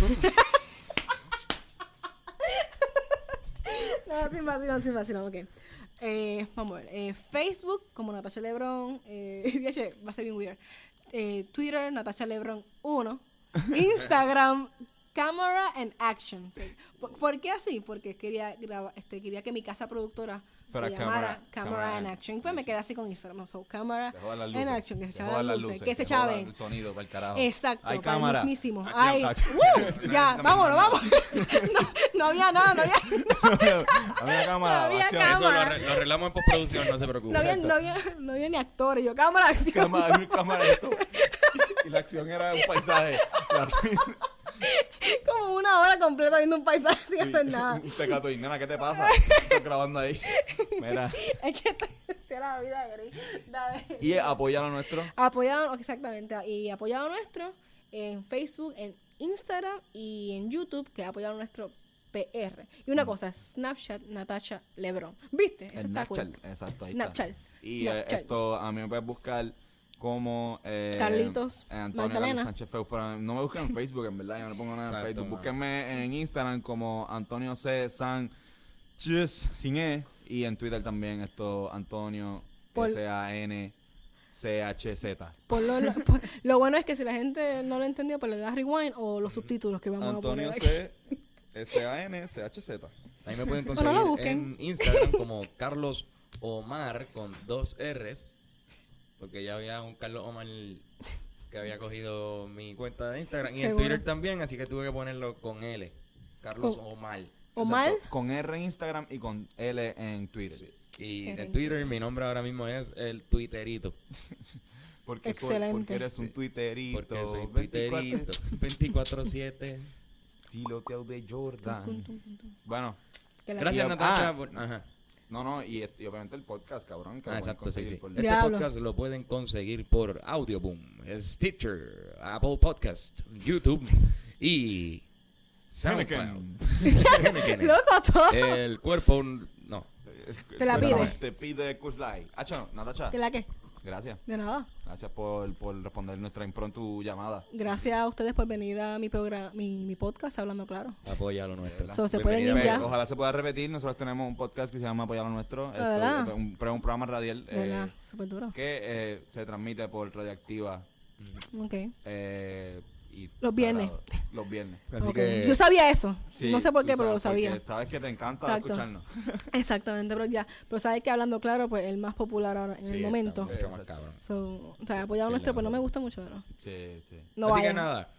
S3: no, sin vacilón, sin vacilón, ok. Eh, vamos a ver. eh, Facebook, como Natasha Lebron. Eh, diache, va a ser bien weird. Eh, Twitter, Natasha Lebron 1. Instagram, Camera and Action. Sí. ¿Por, por qué así? Porque quería grabar, este, quería que mi casa productora
S2: Fuera
S3: se llamara
S2: Camera-
S3: Camera,
S2: Camera
S3: and
S2: and
S3: Action. Pues me
S2: Action.
S3: quedé así con Instagram. So, Camera
S2: Se jodan las
S3: and
S2: luces.
S3: Action. Que se,
S2: jodan
S3: jodan las luces. Que se
S2: jodan
S3: chaven.
S2: El sonido, para el carajo.
S3: Exacto,
S2: Hay
S3: para el
S2: cámara.
S3: mismísimo.
S2: Acción,
S3: Ay,
S2: acción.
S3: ¡woo! ya, vámonos, vamos. No, no había nada, no había,
S2: Había cámara.
S3: No había
S2: acción.
S1: Eso lo,
S3: Cámara.
S1: arre- lo arreglamos en postproducción, no se
S3: no había,
S1: preocupe.
S3: no había, no había ni actores. Yo, cámara, acción.
S2: Cámara, hay cámara esto. Y la acción era un paisaje.
S3: Como una hora completa viendo un paisaje sin
S2: Sí,
S3: hacer nada.
S2: Un tecato y nena, ¿qué te pasa? Estás grabando ahí. Mira.
S3: Es que esto es la vida gris. Dale.
S2: Y apoya lo nuestro.
S3: Apoyado, exactamente, y apoyado nuestro en Facebook, en Instagram y en YouTube, que ha apoyado nuestro PR. Y
S2: Mm.
S3: una cosa, Snapchat, Natasha Lebron. ¿Viste? Eso
S2: En
S3: está cool.
S2: Snapchat, exacto, ahí está.
S3: Snapchat,
S2: Y eh,
S3: Snapchat.
S2: esto a mí me puedes buscar como eh,
S3: Carlitos,
S2: eh, Antonio Carlos
S3: Magdalena.
S2: Sánchez Feu, pero no me busquen en Facebook, en verdad, yo no le pongo nada en
S1: Exacto,
S2: Facebook.
S1: mano.
S2: Búsquenme en Instagram como Antonio C. Sánchez sin E y en Twitter también esto Antonio
S3: Por-
S2: S A N C H Z.
S3: Por lo, lo- por- lo bueno es que si la gente no lo entendió, pues le das rewind o los subtítulos que vamos
S2: Mm. Antonio
S3: a poner. aquí.
S2: C S A N C H Z.
S1: Ahí me pueden
S3: Bueno, no
S1: conseguir
S3: lo
S1: en
S3: busquen.
S1: Instagram como Carlos Omar con dos R's. Porque ya había un Carlos Omar que había cogido mi cuenta de Instagram. Y en
S3: Seguro.
S1: Twitter también, así que tuve que ponerlo con L. Carlos
S3: Con-
S1: Omar.
S3: O mal,
S2: Con R en Instagram y con L en Twitter.
S1: Y
S3: Qué
S1: en
S3: rico.
S1: Twitter mi nombre ahora mismo es el Twitterito.
S2: Porque, soy-
S3: Excelente.
S2: porque eres un twitterito.
S1: Porque soy
S2: 24
S1: Twitterito. 24-7.
S2: Filoteado de Jordan. Bueno,
S3: que la-
S1: Gracias,
S2: Y-
S1: Natacha.
S2: ah.
S1: por- Ajá.
S2: no, no, y, este- y obviamente el podcast, cabrón. Que
S1: Ah,
S2: lo pueden
S1: exacto, sí,
S2: conseguir
S1: sí.
S2: por-
S1: Este
S3: Diablo.
S1: podcast lo pueden conseguir por Audioboom, Stitcher, Apple Podcast, YouTube y SoundCloud.
S2: Heineken.
S1: Heineken.
S3: Loco, todo.
S1: El cuerpo, no.
S3: Te la
S2: Bueno,
S1: pide.
S2: Te pide Ah, Kush Light. Acho, Natacha.
S3: ¿Que la qué?
S2: Gracias.
S3: De nada.
S2: Gracias por, por responder nuestra impromptu llamada.
S3: Gracias a ustedes por venir a mi programa, mi, mi podcast, hablando claro.
S1: Apoya lo nuestro.
S3: So, se pueden
S1: Bienvenida,
S3: ir ya.
S1: Pedro.
S2: Ojalá se pueda repetir. Nosotros tenemos un podcast que se llama Apoyar lo Nuestro. Esto
S3: verdad?
S2: es un, pero es un programa radial
S3: De
S2: eh,
S3: nada, súper duro.
S2: que eh, se transmite por Radioactiva.
S3: Ok.
S2: eh, y
S3: Los viernes.
S2: Sagrado. Los viernes.
S1: Así
S3: Ok.
S1: que
S3: Yo sabía eso.
S2: Sí,
S3: no sé por
S2: tú
S3: qué, pero lo
S2: sabes, porque
S3: sabía.
S2: Sabes que te encanta
S3: Exacto.
S2: escucharnos.
S3: Exactamente, pero ya. Pero sabes que hablando claro, pues el más popular ahora en
S1: Sí,
S3: el
S1: está
S3: momento.
S1: mucho más cabrón.
S3: So, o sea, apoyado
S1: Sí,
S3: nuestro,
S1: la
S3: pues no me
S1: verdad.
S3: gusta mucho, pero.
S2: Sí, sí.
S3: No
S1: Así que
S3: vayan.
S1: nada.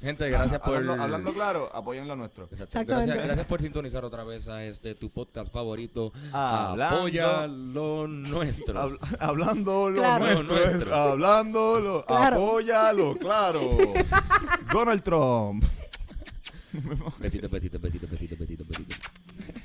S1: Gente, gracias por.
S2: hablando, hablando claro, apoyen lo nuestro.
S1: Exacto.
S3: Exactamente.
S1: Gracias, gracias por sintonizar otra vez a este tu podcast favorito.
S2: Hablando-
S1: Apoya lo nuestro.
S2: Habl- hablando lo
S3: Claro.
S2: nuestro,
S1: Lo nuestro.
S2: hablando lo,
S3: Claro.
S2: apóyalo, claro. Donald Trump.
S1: Besitos, besitos, besitos, besitos, besitos, besitos.